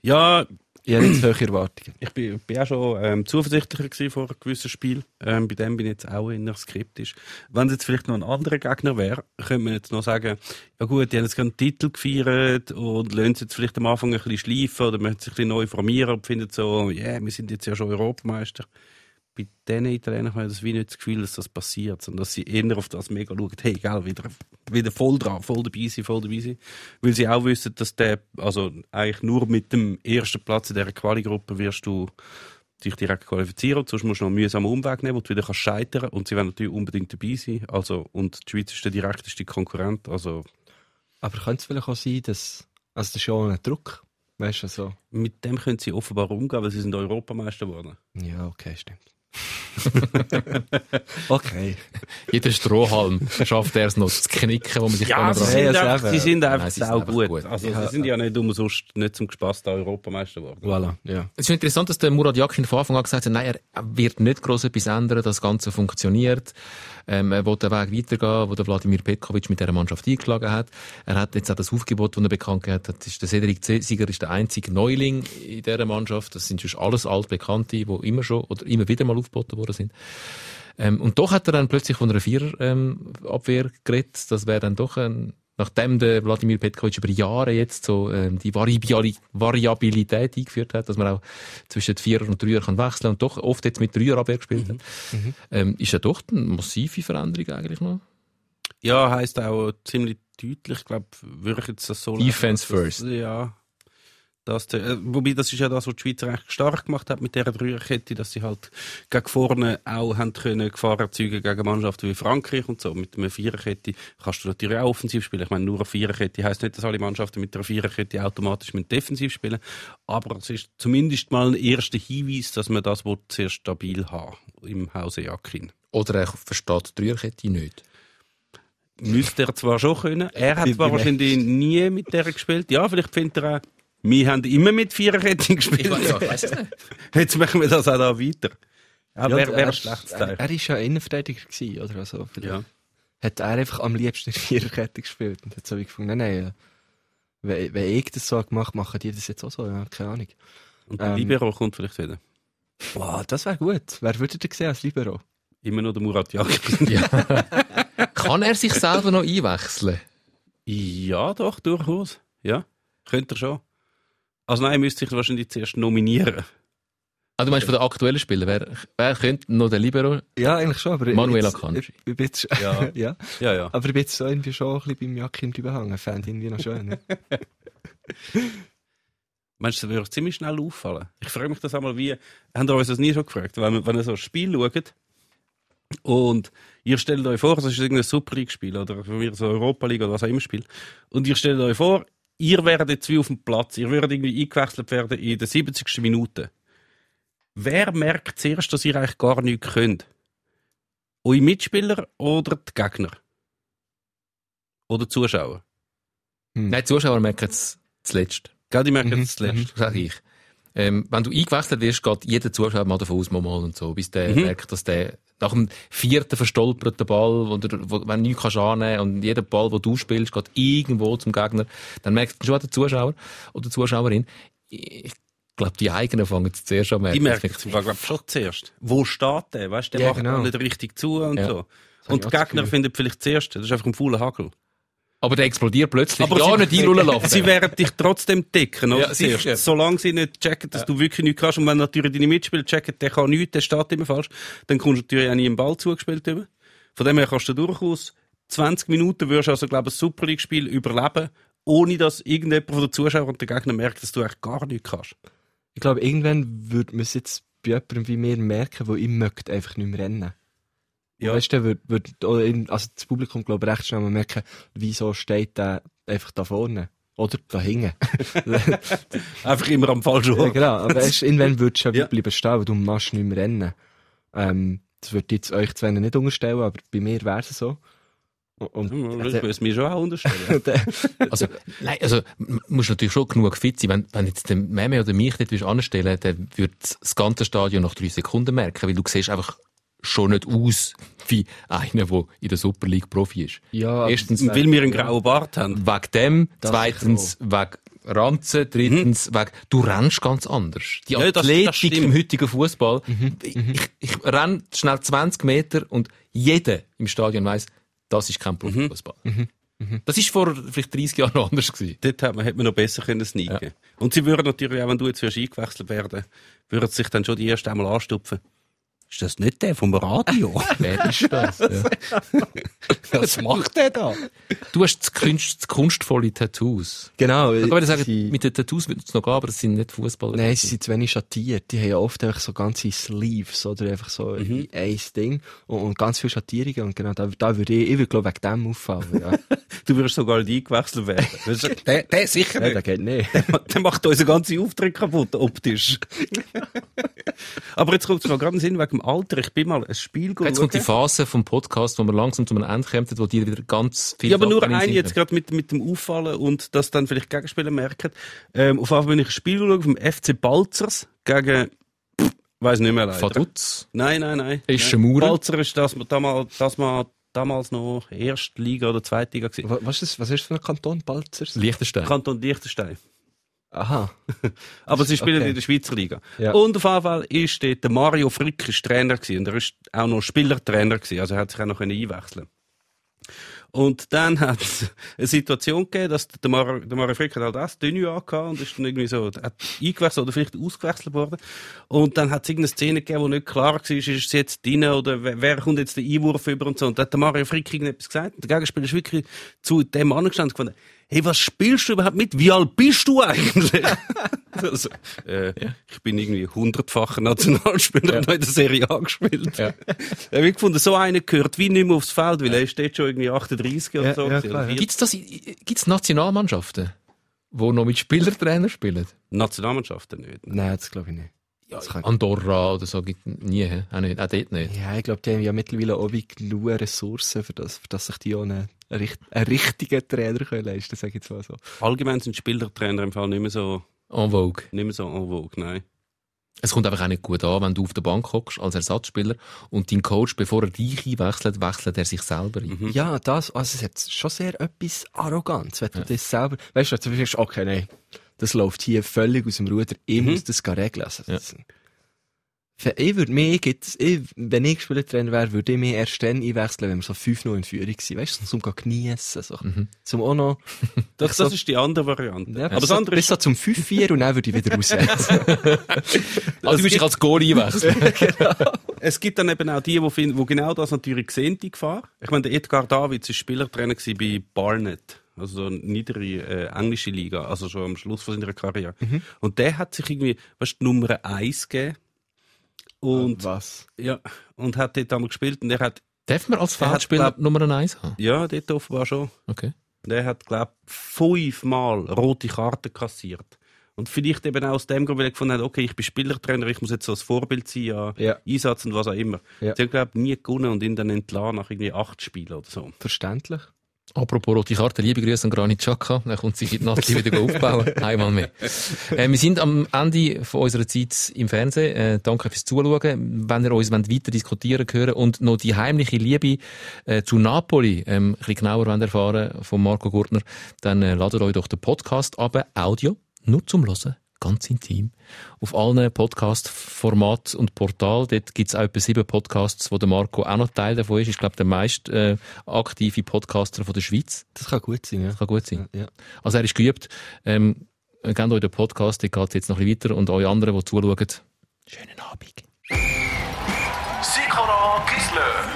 S2: Ja,
S1: Ich habe jetzt hohe Erwartungen.
S2: ich bin, bin auch schon ähm, zuversichtlicher gewesen vor gewissen Spielen. Ähm, bei dem bin ich jetzt auch eher skeptisch. Wenn es jetzt vielleicht noch ein anderer Gegner wäre, könnte man jetzt noch sagen, ja gut, die haben jetzt gerade einen Titel gefeiert und lassen es jetzt vielleicht am Anfang ein bisschen schleifen oder möchten sich ein bisschen neu formieren und finden so, ja, yeah, wir sind jetzt ja schon Europameister. Bei diesen Italienern habe ich das wie nicht das Gefühl, dass das passiert, sondern dass sie eher auf das mega schauen, hey, gell, wieder, wieder voll dran, voll dabei sein, voll dabei sein. Weil sie auch wissen, dass der, also eigentlich nur mit dem ersten Platz in dieser Quali-Gruppe wirst du dich direkt qualifizieren. Sonst musst du noch einen mühsamen Umweg nehmen, wo du wieder kannst scheitern kannst. Und sie werden natürlich unbedingt dabei sein. Also, und die Schweiz ist der direkteste Konkurrent. Also,
S1: Aber könnte es vielleicht auch sein, dass. Also, das ist ja auch ein Druck. Weißt du, also so.
S2: mit dem können sie offenbar umgehen, weil sie sind Europameister geworden.
S1: Ja, okay, stimmt. okay.
S3: Jeder Strohhalm schafft er es noch zu knicken, wo man sich
S2: Ja,
S3: dran
S2: sie
S1: Ja,
S3: dran-
S2: sind,
S1: also
S2: einfach,
S1: eben.
S2: sie sind einfach
S3: Nein, sie sind
S2: sau
S3: einfach
S2: gut.
S3: gut.
S2: Also, sie sind ja nicht umsonst nicht zum Spass da Europameister geworden.
S1: Voilà, ja.
S3: Es ist interessant, dass der Murat Yakin von Anfang an gesagt hat, nein, er wird nicht gross etwas ändern, das Ganze funktioniert. Ähm, er will den Weg weitergehen, wo der Wladimir Petkovic mit dieser Mannschaft eingeschlagen hat. Er hat jetzt auch das Aufgebot, das er bekannt gegeben hat, das ist der Cedric Z- Sieger ist der einzige Neuling in dieser Mannschaft. Das sind schon alles Altbekannte, die immer schon oder immer wieder mal aufgeboten worden sind. Ähm, und doch hat er dann plötzlich von einer Viererabwehr ähm, Abwehr geredet. Das wäre dann doch ein Nachdem der Wladimir Petkovic über Jahre jetzt so ähm, die Variabili- Variabilität eingeführt hat, dass man auch zwischen Vierer und Dreier kann wechseln und doch oft jetzt mit Dreierabwehr gespielt hat, ähm, ist ja doch eine massive Veränderung eigentlich noch.
S2: Ja, heisst auch ziemlich deutlich, ich glaube, würde ich jetzt das so
S3: Defense
S2: lassen,
S3: first.
S2: dass- Ja. Das, der- äh, wobei, das ist ja das, was die Schweiz recht stark gemacht hat mit dieser Dreierkette, dass sie halt gegen vorne auch haben können Gefahr erzeugen gegen Mannschaften wie Frankreich und so. Mit einer Viererkette kannst du natürlich auch offensiv spielen. Ich meine, nur eine Viererkette heisst nicht, dass alle Mannschaften mit einer Viererkette automatisch mit defensiv spielen. Aber es ist zumindest mal ein erster Hinweis, dass man das will sehr stabil haben im Hause Jakin.
S3: Oder er versteht die Dreierkette nicht.
S2: Müsste er zwar schon können. Er hat
S1: Wie-
S2: zwar
S1: wie
S2: wahrscheinlich nie mit der gespielt. Ja, vielleicht findet er auch, wir haben immer mit Viererketten gespielt.
S3: weiß es nicht.
S2: Jetzt machen wir das auch da weiter. Ja,
S1: Ja,
S2: wäre
S1: und
S2: wär
S1: er-
S2: ein schlechtes
S1: Er,
S2: Zeichen.
S1: er ist ja Innenverteidiger gewesen, oder also. vielleicht
S2: Ja.
S1: Hat er einfach am liebsten in Viererkette gespielt und hat so wie gefunden, nein, nein. äh, Wenn, wenn ich das so gemacht, machen die das jetzt auch so, ja, keine Ahnung.
S2: Und der
S1: Ähm.
S2: Libero kommt vielleicht wieder.
S1: Boah, das wäre gut. Wer würde denn sehen als Libero?
S2: Immer noch der Murat Yakin.
S3: Kann er sich selber noch einwechseln?
S2: ja, doch, durchaus. Ja, könnte er schon. Also nein, er müsste sich wahrscheinlich zuerst nominieren.
S3: Ah, du meinst von den aktuellen Spielern, wer, wer könnte noch den Libero?
S1: Ja, eigentlich schon, aber.
S3: Manuel
S1: jetzt-
S3: Akanji.
S1: ich- ich bin jetzt-
S2: Ja.
S1: ja.
S2: Ja, ja.
S1: Aber ich bin jetzt so irgendwie schon ein bisschen beim Jakim drüber hängen. Fände ich irgendwie noch schön. ja.
S2: Meinst du, das würde ziemlich schnell auffallen? Ich frage mich das einmal, wie. Haben ihr euch das nie schon gefragt? Wenn, wir- wenn ihr so ein Spiel schaut und ihr stellt euch vor, es ist irgendein Super League-Spiel oder für mich so Europa League oder was auch immer Spiel. Und ihr stellt euch vor, ihr werdet jetzt wie auf dem Platz, ihr würdet irgendwie eingewechselt werden in der 70. Minute. Wer merkt zuerst, dass ihr eigentlich gar nichts könnt? Eure Mitspieler oder die Gegner? Oder die Zuschauer?
S3: Nein, die Zuschauer merken es zuletzt.
S2: Gell, die merken
S1: Mhm,
S2: es zuletzt.
S3: sage ich. Ähm, wenn du eingewechselt wirst, geht jeder Zuschauer mal davon aus, mal, mal und so, bis der
S2: Mhm.
S3: merkt, dass der nach dem vierten verstolperten Ball, wo, der, wo wenn du nichts kannst annehmen und jeder Ball, den du spielst, geht irgendwo zum Gegner, dann merkt schon der Zuschauer oder die Zuschauerin, ich glaube, die eigenen fangen es zuerst an merken.
S2: Die merken es glaube ich, schon zuerst. Wo steht der? Weißt du, der
S1: Ja,
S2: macht
S1: genau.
S2: auch nicht richtig zu und
S3: Ja.
S2: so.
S1: hab ich
S2: Und die
S1: auch das
S2: Gegner
S1: Gefühl.
S2: finden vielleicht zuerst. Das ist einfach ein fauler Hagel.
S3: Aber der explodiert plötzlich.
S2: Aber
S3: ja,
S2: sie-
S3: nicht einrollen lassen.
S2: Sie werden dich trotzdem decken, oder?
S3: Ja, sicher.
S2: Zuerst. Solange sie nicht checken, dass du wirklich nichts kannst. Und wenn natürlich deine Mitspieler checken, der kann nichts, der steht immer falsch, dann kommst du natürlich auch nie einen Ball zugespielt über. Von dem her kannst du durchaus 20 Minuten wirst du also, glaube ich, ein Super League-Spiel überleben, ohne dass irgendjemand von den Zuschauern und den Gegnern merkt, dass du eigentlich gar nichts kannst.
S1: Ich glaube, irgendwann würde man es jetzt bei jemandem wie mir merken, wo ich möchte einfach nicht mehr rennen. Ja.
S2: Ja.
S1: Weißt du, wird, wird, oder in- also das Publikum glaube ich recht schnell mal merken, wieso steht der einfach da vorne. Oder da hinten.
S2: Einfach immer am falschen
S1: ja,
S2: Ort.
S1: genau. Aber weißt, du, irgendwann würdest du ja, wie
S2: Ja.
S1: bleiben stehen, weil du machst nicht mehr rennen. Ähm, das würde ich jetzt euch zwar nicht unterstellen, aber bei mir wäre es so. Und, und
S2: Hm, Das müssen wir schon auch unterstellen.
S3: Also, nein, also, m- musst natürlich schon genug fit sein. Wenn, wenn jetzt der Meme oder mich dort willst anstellen dann würde das ganze Stadion nach drei Sekunden merken, weil du siehst einfach schon nicht aus wie einer, der in der Super League Profi ist.
S1: ja,
S3: Erstens
S2: Weil wir einen grauen Bart haben.
S3: wegen dem,
S1: Das
S3: zweitens wegen Ranzen, drittens wegen, du rennst ganz anders. Die
S2: Mhm. Ja, das- das
S3: Athletik
S2: stimmt. Mhm,
S3: im heutigen Fußball. Ich, ich renne schnell 20 Meter und jeder im Stadion weiß, das ist
S2: Mhm.
S3: kein Profifußball. Das ist vor vielleicht 30 Jahren noch anders gewesen.
S2: Dort hat man, hätte man noch besser können sneaken Und sie würden natürlich auch, wenn du jetzt wirst eingewechselt werden würden sie sich dann schon die ersten einmal anstupfen. ist das nicht der vom Radio?
S3: Wer ist das? Ja.
S2: Was macht der da?
S3: Du hast zu kunst, zu kunstvolle Tattoos.
S1: Genau.
S2: Äh,
S3: Ich würde sagen,
S1: sie-
S3: mit den Tattoos wird es noch gehen, aber es sind nicht Fußballer.
S1: Nein, sie sind zu wenig schattiert. Die haben ja oft einfach so ganze Sleeves oder einfach so ein Ding und, und ganz viele Schattierungen. Und genau da, da würde ich, ich würde glaube wegen dem auffallen. Ja.
S2: Du würdest sogar nicht eingewechselt werden. Das ist- der, der sicher
S1: Nein,
S2: nicht.
S1: das geht nicht.
S2: Der macht unseren ganzen Auftritt kaputt, optisch. Aber jetzt kommt es noch gerade in den Sinn wegen dem Alter. Ich bin mal ein Spiel
S3: Jetzt kommt die
S2: schauen.
S3: Phase vom Podcast, wo man langsam zu einem Ende kommt, wo die wieder ganz viel
S2: Ja, aber nur
S3: Sachen
S2: eine
S3: sind.
S2: jetzt gerade mit, mit dem Auffallen und das dann vielleicht Gegenspieler merken. Ähm, auf einmal bin ich ein Spiel schaue vom FC Balzers gegen, weiß nicht mehr leider.
S3: Faduz.
S2: Nein, nein, nein.
S3: Ist
S2: nein.
S3: ein Maurer.
S2: Balzer ist das, das mal, das mal, damals noch Erstliga oder Zweitliga gewesen.
S1: Wa- Was ist das, was ist das für ein Kanton? Balzers?
S3: Liechtenstein.
S2: Kanton Liechtenstein.
S1: Aha.
S2: Aber sie spielen
S1: Okay.
S2: in der Schweizer Liga.
S1: Ja.
S2: Und auf jeden Fall ist dort der Mario Frick ist Trainer gewesen. Und er ist auch noch Spielertrainer gewesen. Also er hat sich auch noch können einwechseln und dann hat es eine Situation gegeben, dass der Mario, der Mario Frick hat halt das Dünü angehabt und ist dann irgendwie so, hat eingewechselt oder vielleicht ausgewechselt worden. Und dann hat es irgendeine Szene gegeben, wo nicht klar war, ist es jetzt drin oder wer, wer kommt jetzt den Einwurf über und so. Und dann hat der Mario Frick irgendetwas gesagt und der Gegenspieler ist wirklich zu dem angestanden und gefunden, hey, was spielst du überhaupt mit? Wie alt bist du eigentlich? also, äh, Ich bin irgendwie hundertfacher Nationalspieler und noch in der Serie A gespielt.
S3: Ja.
S2: Ich habe gefunden, so einer gehört wie nicht mehr aufs Feld, weil er ist dort schon irgendwie 38 oder
S1: Ja,
S2: so. Also,
S1: ja,
S2: gewesen,
S1: klar,
S2: oder
S1: ja.
S2: 40.
S3: Gibt's das, gibt's Nationalmannschaften, die noch mit Spielertrainer spielen?
S2: Nationalmannschaften nicht.
S1: Nein, das glaube ich nicht. Das kann-
S3: Andorra oder so gibt nie, hä? auch nicht, auch dort nicht.
S1: Ja, ich glaube, die haben ja mittlerweile auch wie genug Ressourcen, für das, für das sich die auch einen, richt- einen richtigen Trainer können leisten können, sage ich jetzt mal so.
S2: Allgemein sind Spielertrainer im Fall nicht mehr so,
S3: En vogue.
S2: nicht mehr so en vogue, nein.
S3: Es kommt einfach auch nicht gut an, wenn du auf der Bank hockst als Ersatzspieler und dein Coach, bevor er dich einwechselt, wechselt er sich selber ein.
S1: Ja, das, also es hat schon sehr etwas Arroganz, wenn du das selber, weißt du, wenn du sagst, okay, nein, das läuft hier völlig aus dem Ruder, ich muss das gar regeln. Also, das, für, ich würde mich, jetzt- ich, wenn ich Spielertrainer wäre, würde ich mich erst dann einwechseln, wenn wir so 5-0 in Führung sind, weißt du, zum gehen geniessen, so. Zum auch noch,
S2: Das, das ist die andere Variante.
S1: ja,
S2: Aber das
S1: so-
S2: andere
S1: bis
S2: ist,
S1: so zum 5-4 und dann würde ich wieder raussetzen.
S3: Also du bist dich als Goal einwechseln.
S2: es gibt dann eben auch die, die, finden, die genau das natürlich sehen, die Gefahr. Ich meine, der Edgar Davids war Spielertrainer gewesen bei Barnet. Also so eine niedere äh, englische Liga, also schon am Schluss von seiner Karriere. Und der hat sich irgendwie, weißt du, Nummer 1 gegeben. Und,
S1: was?
S2: ja, und hat dort einmal gespielt und er hat,
S3: Darf man als
S2: Er hat,
S3: Feldspieler
S2: glaub-
S3: Nummer eins haben?
S2: ja, dort offenbar schon.
S3: Okay.
S2: Der hat, glaube ich, fünfmal rote Karten kassiert. Und vielleicht eben auch aus dem Grund, weil er gefunden hat, okay, ich bin Spielertrainer, ich muss jetzt so als Vorbild sein an
S1: Ja.
S2: Einsatz und was auch immer.
S1: Ja.
S2: Sie haben, glaube ich, nie gewonnen und ihn dann entlassen nach irgendwie acht Spielen oder so.
S1: Verständlich.
S3: Apropos rote Karte, liebe Grüße an Granit Xhaka. Er kommt sich in die Nazi wieder aufbauen. Einmal mehr. Äh, wir sind am Ende von unserer Zeit im Fernsehen. Äh, danke fürs Zuschauen. Wenn ihr uns wollt, weiter diskutieren hören und noch die heimliche Liebe äh, zu Napoli ähm, ein bisschen genauer wollt erfahren von Marco Gurtner, dann äh, ladet euch doch den Podcast ab. Audio, nur zum Hören, ganz intim. Auf allen Podcast-Formaten und Portalen. Dort gibt es auch etwa sieben Podcasts, wo der Marco auch noch Teil davon ist. Ich glaube, der meist äh, aktive Podcaster von der Schweiz.
S1: Das kann gut sein, ja.
S3: Kann gut sein.
S1: ja.
S3: Also er ist geübt. Ähm, gebt euch den Podcast, der geht jetzt noch ein bisschen weiter. Und euch anderen, die zuschauen, schönen Abend.
S4: Sikora Kisler,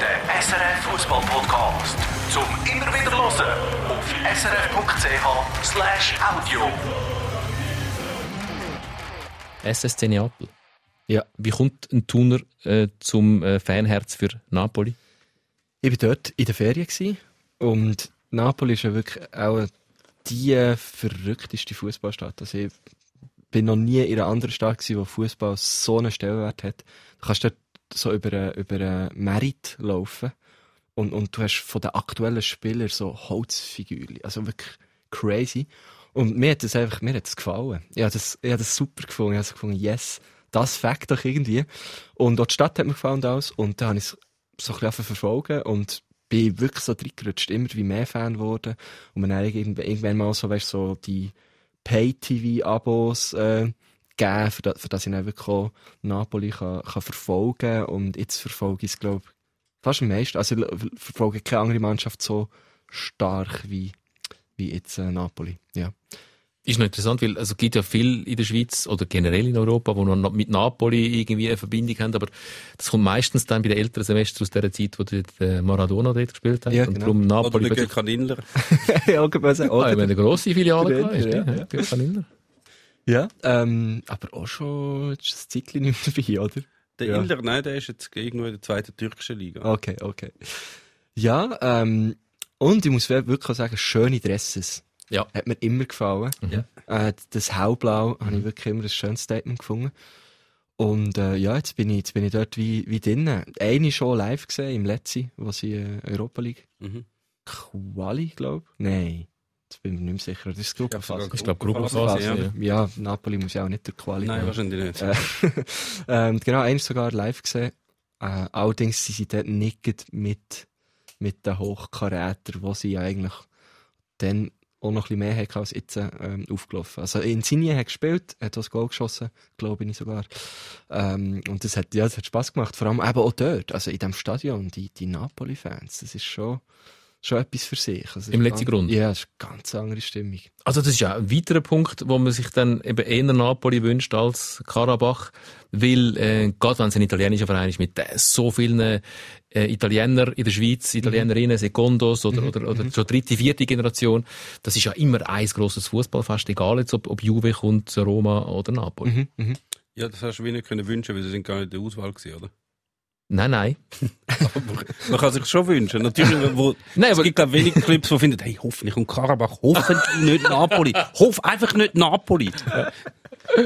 S4: der SRF Fußball Podcast. Zum immer wieder hören auf srf.ch/audio.
S3: SSC Neapel.
S1: Ja.
S3: Wie kommt ein Tuner äh, zum äh, Fanherz für Napoli?
S1: Ich war dort in der Ferien gewesen. und Napoli ist ja wirklich auch die verrückteste Fußballstadt. Also ich bin noch nie in einer anderen Stadt gewesen, wo Fußball so einen Stellenwert hat. Du kannst dort so über, äh, über äh, Merit laufen und, und du hast von den aktuellen Spielern so Holzfiguren. Also wirklich crazy. Und mir hat das einfach, mir hat das gefallen. Ich habe das, ich habe das super gefunden. Ich habe so gefunden, yes, das fängt doch irgendwie. Und auch die Stadt hat mir gefallen und alles. Und da habe ich es so ein bisschen angefangen zu verfolgen und bin wirklich so reingerutscht, immer wie mehr Fan geworden. Und man hat irgendwann, irgendwann mal so, weißt, so die Pay-TV-Abos äh, gegeben, für das, für das ich dann wirklich auch Napoli kann, kann verfolgen Und jetzt verfolge ich es, glaube ich, fast am meisten. Also ich l- verfolge keine andere Mannschaft so stark wie, wie jetzt äh, Napoli. Ja.
S3: Ist noch interessant, weil also gibt ja viel in der Schweiz oder generell in Europa, wo noch mit Napoli irgendwie eine Verbindung haben, aber das kommt meistens dann bei den älteren Semestern aus der Zeit, wo dort äh, Maradona dort gespielt hat
S1: Ja,
S3: und
S1: genau.
S3: darum
S2: Oder
S3: Napoli.
S2: der
S3: plötzlich-
S2: Gökhan Inler.
S1: ja, kann man sagen,
S3: Ah,
S1: oder?
S3: ich meine, eine grosse Filiale
S1: Der
S3: gehabt, ist,
S1: Inter,
S3: ja,
S1: ja,
S3: ja. Gökhan Inler.
S1: Ja, ähm, aber auch schon ist das Zeitchen nicht mehr dabei, oder?
S2: Der
S1: Ja.
S2: Inler, nein, der ist jetzt irgendwo in der zweiten türkischen Liga.
S3: Ah.
S1: Okay, okay. Ja, ähm, und ich muss wirklich auch sagen, schöne Dresses.
S3: Ja.
S1: Hat mir immer gefallen.
S2: Ja.
S1: Äh, das Hellblau habe ich wirklich immer ein schönes Statement gefunden. Und äh, ja, jetzt bin, ich, jetzt bin ich dort wie, wie drinnen. Eine schon live gesehen, im letzten, wo sie äh, Europa League
S2: Mhm.
S1: Quali, glaube ich. Nein, jetzt bin ich mir nicht mehr sicher. Das ist
S2: Ja, sogar
S1: Gruppenphase.
S3: Ich glaube,
S2: Gruppenphase,
S3: Gruppenphase. Ja.
S1: Ja, Napoli muss ja auch nicht der Quali
S2: Nein, wahrscheinlich nicht.
S1: äh, ähm, genau, eins sogar live gesehen. Äh, allerdings sind sie dort nicht gerade mit, mit den Hochkarätern, wo sie ja eigentlich dann auch noch ein bisschen mehr hatten als jetzt ähm, aufgelaufen. Also Insigne hat gespielt, hat das Goal geschossen, glaube ich sogar. Ähm, und das hat, ja, das hat Spass gemacht, vor allem eben auch dort, also in diesem Stadion, die, die Napoli-Fans, das ist schon, schon etwas für sich. Also,
S3: Im
S1: es ist
S3: letzten
S1: ganz-
S3: Grund?
S1: Ja, es ist eine ganz andere Stimmung.
S3: Also das ist ja ein weiterer Punkt, wo man sich dann eben eher Napoli wünscht als Karabach, weil äh, gerade wenn es ein italienischer Verein ist mit äh, so vielen äh, Italiener in der Schweiz, Italienerinnen, Secondos oder, oder, oder so dritte, vierte Generation, das ist ja immer ein grosses Fußballfest, egal jetzt ob, ob Juve kommt, Roma oder Napoli.
S1: Mhm, mhm.
S2: Ja, das hast du mir nicht können wünschen, weil sie sind gar nicht in der Auswahl gewesen, oder?
S3: Nein, nein.
S2: Man kann sich schon wünschen. Natürlich, wo,
S3: Nein,
S2: es
S3: aber-
S2: gibt glaub, wenig Clips, die finden, hey, hoffentlich und Karabach, hoffentlich nicht Napoli. Hoff einfach nicht Napoli.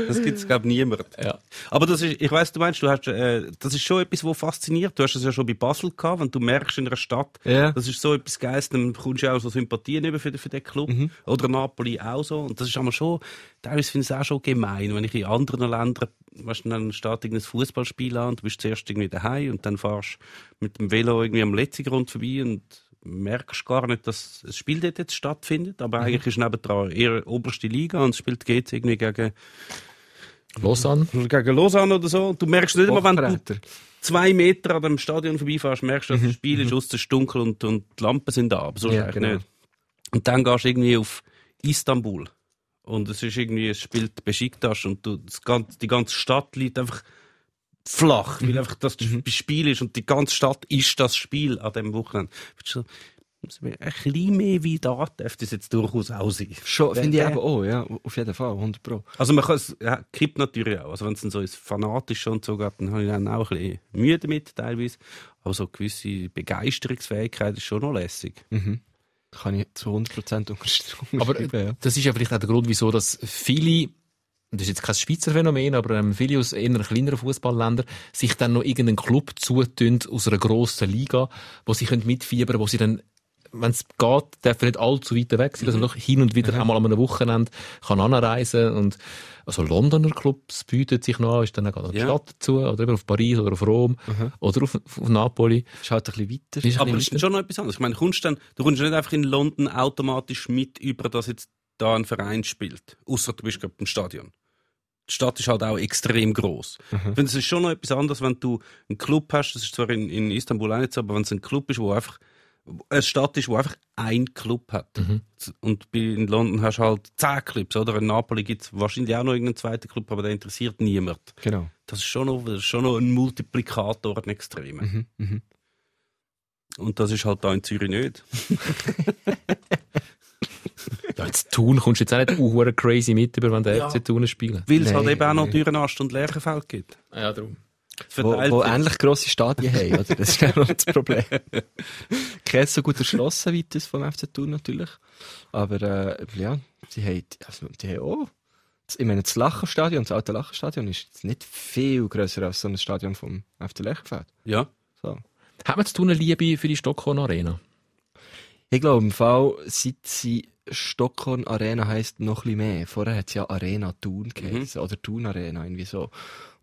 S2: Das gibt es, glaube ich, niemand.
S3: Ja.
S2: Aber das ist, ich weiss, du meinst, du hast, äh, das ist schon etwas, was fasziniert. Du hast es ja schon bei Basel gehabt, wenn du merkst in einer Stadt,
S1: Ja.
S2: das ist so etwas Geiles, dann kommst du auch so Sympathien über für, den- für den Club. Oder Napoli auch so. Und das ist aber schon, teilweise finde ich es auch schon gemein, wenn ich in anderen Ländern, weißt du, dann steht irgendein Fußballspiel an und du bist zuerst irgendwie daheim und dann fahrst mit dem Velo irgendwie am letzten Grund vorbei und merkst gar nicht, dass das Spiel dort jetzt stattfindet. Aber eigentlich ist nebendran eher oberste Liga und es spielt geht's irgendwie gegen
S3: Lausanne.
S2: gegen Lausanne oder so. Und du merkst nicht immer, wenn du
S1: Hochkaräter.
S2: zwei Meter an dem Stadion vorbeifährst, merkst du, dass das Spiel ist, aus dunkel und, und die Lampen sind da. Aber sonst
S1: Mhm. Ja,
S2: eigentlich
S1: genau.
S2: nicht. Und dann gehst du irgendwie auf Istanbul. Und es ist irgendwie, es spielt Besiktas und du, das ganze, die ganze Stadt liegt einfach flach,
S1: Mhm.
S2: weil einfach das das Spiel ist und die ganze Stadt ist das Spiel an dem Wochenende. Findest du so, Ein bisschen mehr wie da dürfte es jetzt durchaus auch sein.
S1: Schon,
S2: Wer-
S1: finde ich
S2: wer-
S1: eben auch, ja, auf jeden Fall, 100 Pro.
S2: also man kann es, ja, kippt natürlich auch. Also wenn es dann so ins Fanatische und so geht, dann habe ich dann auch ein bisschen Mühe damit teilweise. Aber so gewisse Begeisterungsfähigkeit ist schon noch lässig.
S1: Kann ich zu 100% unterstreichen.
S3: Aber äh,
S1: ja.
S3: das ist ja vielleicht auch der Grund, wieso dass viele, das ist jetzt kein Schweizer Phänomen, aber ähm, viele aus eher kleineren Fußballländern sich dann noch irgendeinen Club zutun aus einer grossen Liga, wo sie können mitfiebern können, wo sie dann wenn es geht, darf er nicht allzu weit weg sein, dass man doch hin und wieder einmal an einem Wochenende kann anreisen und also Londoner Clubs bieten sich noch an, ist dann auch gerade die
S2: Ja.
S3: Stadt dazu oder eben auf Paris oder auf Rom oder auf, auf Napoli.
S1: Ist halt ein bisschen weiter.
S3: Ist ein
S2: Aber es
S3: bisschen
S2: ist schon noch etwas anderes. Ich meine, kommst dann, du kommst nicht einfach in London automatisch mit über, dass jetzt da ein Verein spielt. Außer du bist gerade im Stadion. Die Stadt ist halt auch extrem groß. Ich finde, es ist schon noch etwas anderes, wenn du einen Club hast, das ist zwar in, in Istanbul auch nicht so, aber wenn es ein Club ist, wo einfach eine Stadt ist, wo einfach ein Club hat. Und bei, in London hast du halt zehn Clubs, oder? In Napoli gibt es wahrscheinlich auch noch irgendeinen zweiten Club, aber der interessiert niemand.
S1: Genau.
S2: Das ist schon noch, das ist schon noch ein Multiplikator, ein Extremer.
S1: Mhm, mhm.
S2: Und das ist halt da in Zürich nicht.
S3: Ja, jetzt Thun kommst du jetzt auch nicht uh, hure crazy mit, über wenn der FC Thun spielt.
S2: Weil es
S1: Nein,
S2: halt eben auch noch
S1: nein.
S2: Dürrenast und Lerchenfeld gibt.
S3: Ja, darum.
S2: Es
S1: Wo,
S2: verteilt
S1: wo
S2: sich.
S1: ähnlich grosse Stadien haben, oder? Das ist ja noch das Problem. Kein so gut erschlossen wie das vom FC Thun natürlich. Aber äh, ja, sie haben, also, die haben auch. Ich meine, das Lachenstadion, das alte Lachenstadion ist jetzt nicht viel grösser als so ein Stadion vom FC Lerchenfeld.
S2: Ja.
S1: So.
S3: Hat man zu tun eine Liebe für die Stockholm Arena?
S1: Ich glaube, im Fall, seit sie Stockholm Arena heisst, noch ein bisschen mehr. Vorher hat es ja Arena Thun geheißen, oder Thun Arena, irgendwie so.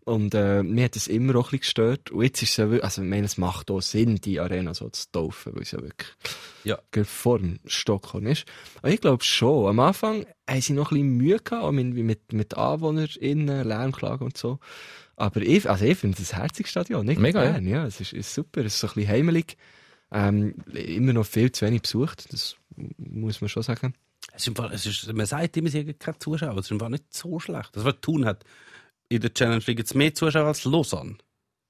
S1: Und äh, mir hat es immer auch ein bisschen gestört. Und jetzt ist es ja wirklich, also ich meine, es macht auch Sinn, die Arena so zu taufen, weil es ja wirklich
S2: Ja.
S1: gerade vor dem Stockholm ist. Aber ich glaube schon, am Anfang haben sie noch ein bisschen Mühe gehabt, auch mit, mit, mit AnwohnerInnen, Lärmklagen und so. Aber ich, also ich finde das herzige Stadion, nicht?
S3: Mega, ja.
S1: Bern, ja. Es ist, ist super, es ist so ein bisschen heimelig. Ähm, immer noch viel zu wenig besucht, das muss man schon sagen.
S2: Es ist im Fall, es ist, man sagt immer, sie haben keine Zuschauer. Es ist im Fall nicht so schlecht. Das, was Thun hat, in der Challenge League jetzt mehr Zuschauer als Lausanne.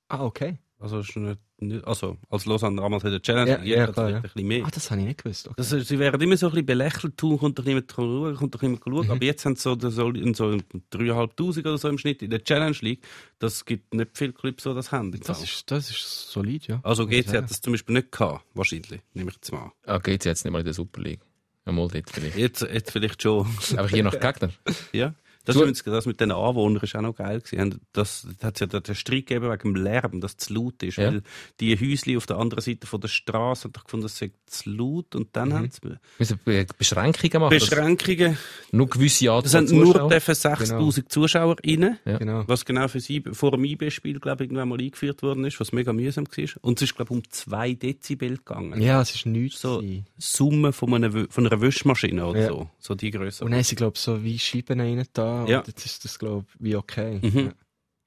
S1: Ah, okay.
S2: Also, es ist nicht, nicht, also als Lausanne damals in der Challenge
S1: Ja,
S2: League
S1: ja,
S2: jetzt
S1: klar,
S2: vielleicht
S1: ja.
S2: ein bisschen mehr.
S1: Ah, das habe ich nicht gewusst. Okay.
S2: Das, ist- sie werden immer so ein bisschen belächelt, tun, kommt doch niemand schauen, kommt doch niemand schauen. Aber jetzt haben sie so, so, so 3'500 oder so im Schnitt in der Challenge League. Das gibt nicht viele Clips, die das haben. im
S1: Das
S2: Fall.
S1: ist, das ist solid, ja.
S2: also GC
S1: ja.
S2: hat das zum Beispiel nicht gehabt, wahrscheinlich, nehme ich jetzt mal an.
S3: Ah, geht's jetzt nicht mal in der Super League. Einmal dort vielleicht.
S2: Jetzt, jetzt vielleicht schon.
S3: Einfach je nach Gegner.
S2: ja. Das,
S3: Du-
S2: übrigens, das mit den Anwohnern ist auch noch geil. Gewesen. Das, das hat ja den Streit gegeben wegen dem Lärm, dass es zu laut ist.
S3: Ja.
S2: Weil die Häusli auf der anderen Seite von der Straße haben doch gefunden, das sei zu laut. Und dann haben sie
S3: Wir müssen Be- Beschränkungen machen. dass
S2: Beschränkungen.
S3: Nur gewisse
S2: Das
S3: Anzahl
S2: sind nur
S3: Zuschauer.
S2: dürfen 6000 Zuschauer rein.
S1: Genau.
S2: Was genau für sie vor dem IB-Spiel, glaube ich, irgendwann mal eingeführt worden ist, was mega mühsam war. Und es ist, glaube ich, um 2 Dezibel gegangen.
S1: Ja, es ist nichts.
S2: So
S1: gewesen.
S2: Summe von einer, Wö- von einer Wäschmaschine oder
S1: Ja.
S2: so. So die Größe.
S1: Und dann sind, glaube ich, so wie Scheiben rein da.
S2: Ja.
S1: Und jetzt ist das, glaube ich, wie okay.
S2: Mhm.
S1: Ja.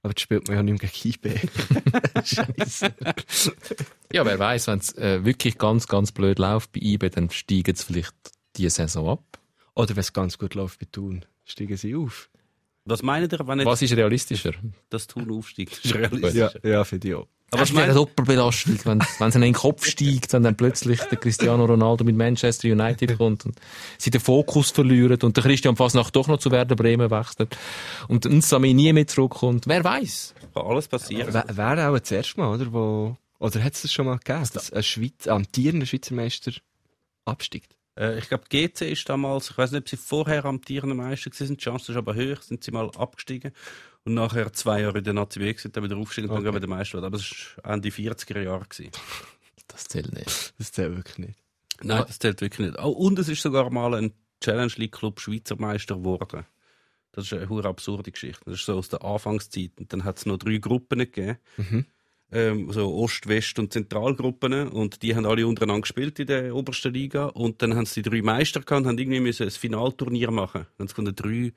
S1: Aber jetzt spielt man ja nicht mehr gegen IB. Scheiße.
S3: Ja, wer weiß, wenn es äh, wirklich ganz, ganz blöd läuft bei IB, dann steigen es vielleicht diese Saison ab.
S1: Oder wenn es ganz gut läuft bei Thun, steigen sie auf.
S2: Was meint ihr, wenn jetzt
S3: Was ist realistischer?
S2: das Tun aufsteigt? Das ist realistisch.
S1: ja, für die auch.
S2: Aber was
S3: ist eine
S2: meint
S3: Doppelbelastung, wenn es in den Kopf steigt und dann plötzlich der Cristiano Ronaldo mit Manchester United kommt und sie den Fokus verlieren und der Christian Fasnacht doch noch zu Werder Bremen wechselt und ein Sami nie mehr zurückkommt. Wer weiß?
S2: kann alles passieren?
S1: Wär- Wäre auch das erste Mal, oder? Wo, oder hat es das schon mal gegeben, dass ein Schweiz, amtierender Schweizer Meister absteigt?
S2: Äh, ich glaube, GC ist damals, ich weiß nicht, ob sie vorher amtierender Meister waren, die Chance ist aber hoch, sind sie mal abgestiegen und nachher zwei Jahre in der Nazi B sind, dann wieder aufgestiegen und dann wieder Meister wurde. Aber es war Ende 40er Jahre. Gewesen.
S3: Das zählt nicht.
S1: Das zählt wirklich nicht.
S2: Nein, das zählt wirklich nicht. Oh, und es ist sogar mal ein Challenge League Club Schweizer Meister geworden. Das ist eine hure absurde Geschichte. Das ist so aus der Anfangszeit. Und dann hat es noch drei Gruppen gegeben. Ähm, so Ost-, West- und Zentralgruppen. äh, Und die haben alle untereinander gespielt in der obersten Liga. Und dann haben sie die drei Meister gehabt und haben irgendwie müssen ein Finalturnier machen. Dann haben sie drei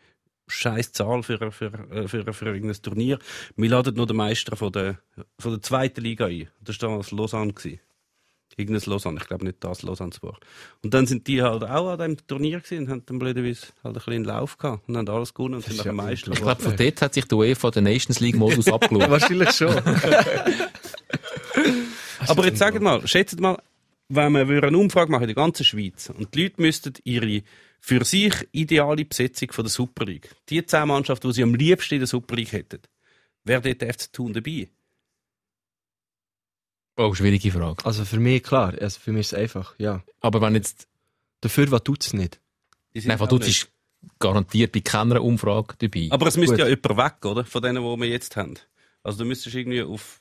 S2: scheiß Zahl für, für, äh, für, für irgendein Turnier. Wir laden noch den Meister von der, von der zweiten Liga ein. Das war damals Lausanne. Gewesen. Irgendes Lausanne, ich glaube nicht das Lausanne war. Und dann sind die halt auch an diesem Turnier gewesen und haben dann blöderweise halt ein bisschen einen Lauf gehabt und haben alles gewonnen und sind
S1: ist
S2: nachher
S1: ja
S2: Meister
S3: Ich
S2: geworden.
S3: glaube, von dort hat sich die UEFA den Nations League-Modus abgeschaut.
S1: Wahrscheinlich schon.
S2: Aber jetzt sagt mal, schätzt mal, wenn wir würden eine Umfrage machen in der ganzen Schweiz und die Leute müssten ihre für sich ideale Besetzung von der Super League, die zehn Mannschaften, die sie am liebsten in der Super League hätten, wäre dort der FC Thun dabei?
S3: Oh, schwierige Frage.
S1: Also für mich klar, also für mich ist es einfach, ja.
S3: Aber wenn jetzt,
S1: Dafür, was tut es nicht?
S2: Die sind
S3: nein,
S2: auch
S3: du
S2: nicht.
S3: ist garantiert bei keiner Umfrage dabei.
S2: Aber es müsste
S1: Gut.
S2: ja jemand weg, oder? Von denen, die wir jetzt haben. Also du müsstest irgendwie auf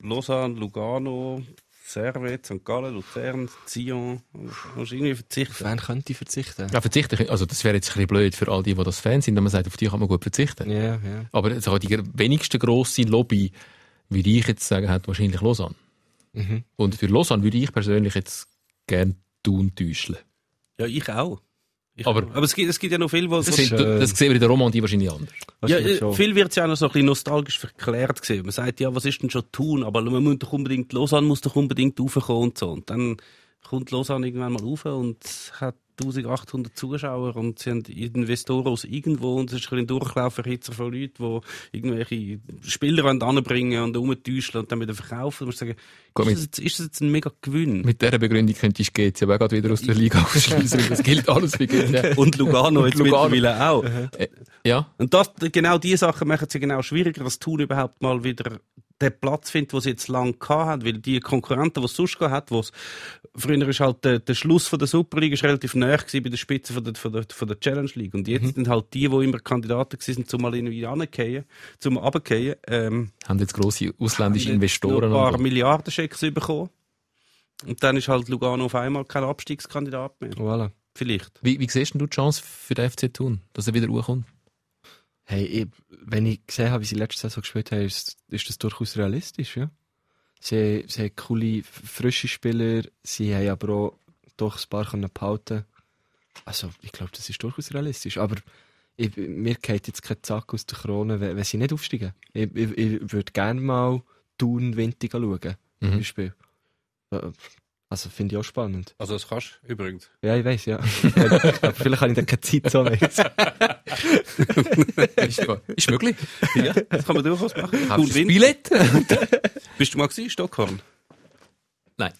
S2: Lausanne, Lugano, Servet, St. Gallen, Luzern, Sion, du musst irgendwie
S1: Auf
S2: verzichten.
S1: wen könnte ich verzichten?
S3: Ja, verzichten, können- also das wäre jetzt ein bisschen blöd für all die, die das Fan sind, wenn man sagt, auf die kann man gut verzichten.
S1: Ja, ja.
S3: Aber es hat die wenigste grosse Lobby, würde ich jetzt sagen, hat wahrscheinlich Lausanne.
S1: Mhm.
S3: Und für Lausanne würde ich persönlich jetzt gerne Thun täuschen.
S2: Ja, ich auch. Ich
S3: Aber-
S2: auch. aber es, gibt, es gibt ja noch viele, die...
S3: Das,
S1: ist,
S3: sind,
S1: äh,
S3: das sehen wir in der Romandie wahrscheinlich anders.
S2: Ja,
S1: Wahrscheinlich
S2: äh,
S1: schon.
S2: viel wird es ja auch noch so ein bisschen nostalgisch verklärt gesehen. Man sagt, ja, was ist denn schon tun? Aber man muss doch unbedingt, Lausanne muss doch unbedingt raufkommen und so. Und dann kommt Lausanne irgendwann mal rauf und hat 1800 Zuschauer und sie haben Investoren aus irgendwo und es ist ein bisschen ein Durchlauferhitzer von Leuten, die irgendwelche Spieler wollen anbringen und rumtäuschen und dann wieder verkaufen. Du musst sagen,
S3: Komm,
S2: ist das, jetzt, ist das jetzt ein mega Gewinn?
S3: Mit dieser Begründung könntest du GC aber auch gerade wieder aus der Liga ausschließen, weil das gilt alles für GC.
S2: Und Lugano jetzt
S3: Lugano.
S2: mittlerweile auch.
S3: Ja,
S2: Und das, genau diese Sachen machen es ja genau schwieriger, dass Thun überhaupt mal wieder den Platz findet, den sie jetzt lange gehabt haben. Weil die Konkurrenten, die es sonst gehabt hat, wo's, früher ist halt der, der Schluss von der Super League ist relativ nah gewesen bei der Spitze von der, von der, von der Challenge League. Und jetzt
S3: Mhm.
S2: sind halt die, die immer Kandidaten waren, zum mal irgendwie runterzukommen, zum runterzukommen, ähm,
S3: haben jetzt grosse ausländische
S2: haben jetzt noch
S3: Investoren.
S2: ein paar
S3: und so.
S2: Milliarden Schecks bekommen. Und dann ist halt Lugano auf einmal kein Abstiegskandidat mehr.
S1: Voilà.
S2: Vielleicht.
S3: Wie, wie siehst denn du die Chance für den FC Thun, dass er wieder hochkommt?
S1: Hey, ich, wenn ich gesehen habe, wie sie letzte Saison gespielt haben, ist, ist das durchaus realistisch, ja. Sie, sie haben coole, f- frische Spieler, sie haben aber auch doch ein paar können behalten. Also, ich glaube, das ist durchaus realistisch. Aber ich, mir geht jetzt kein Zack aus der Krone, wenn, wenn sie nicht aufsteigen. Ich, ich, ich würde gerne mal Thun Winter schauen, zum
S3: Mhm.
S1: Beispiel. Äh, Also finde ich auch spannend.
S2: Also das kannst du übrigens.
S1: Ja, ich weiß ja. Aber vielleicht habe ich dann keine Zeit so weiss.
S3: Ist, ist möglich.
S2: Ja, das kann man durchaus machen.
S3: Kaufst
S2: Und
S3: du ein
S2: Win-
S3: Billett?
S2: Bist du mal gewesen, in Stockholm?
S3: Nein.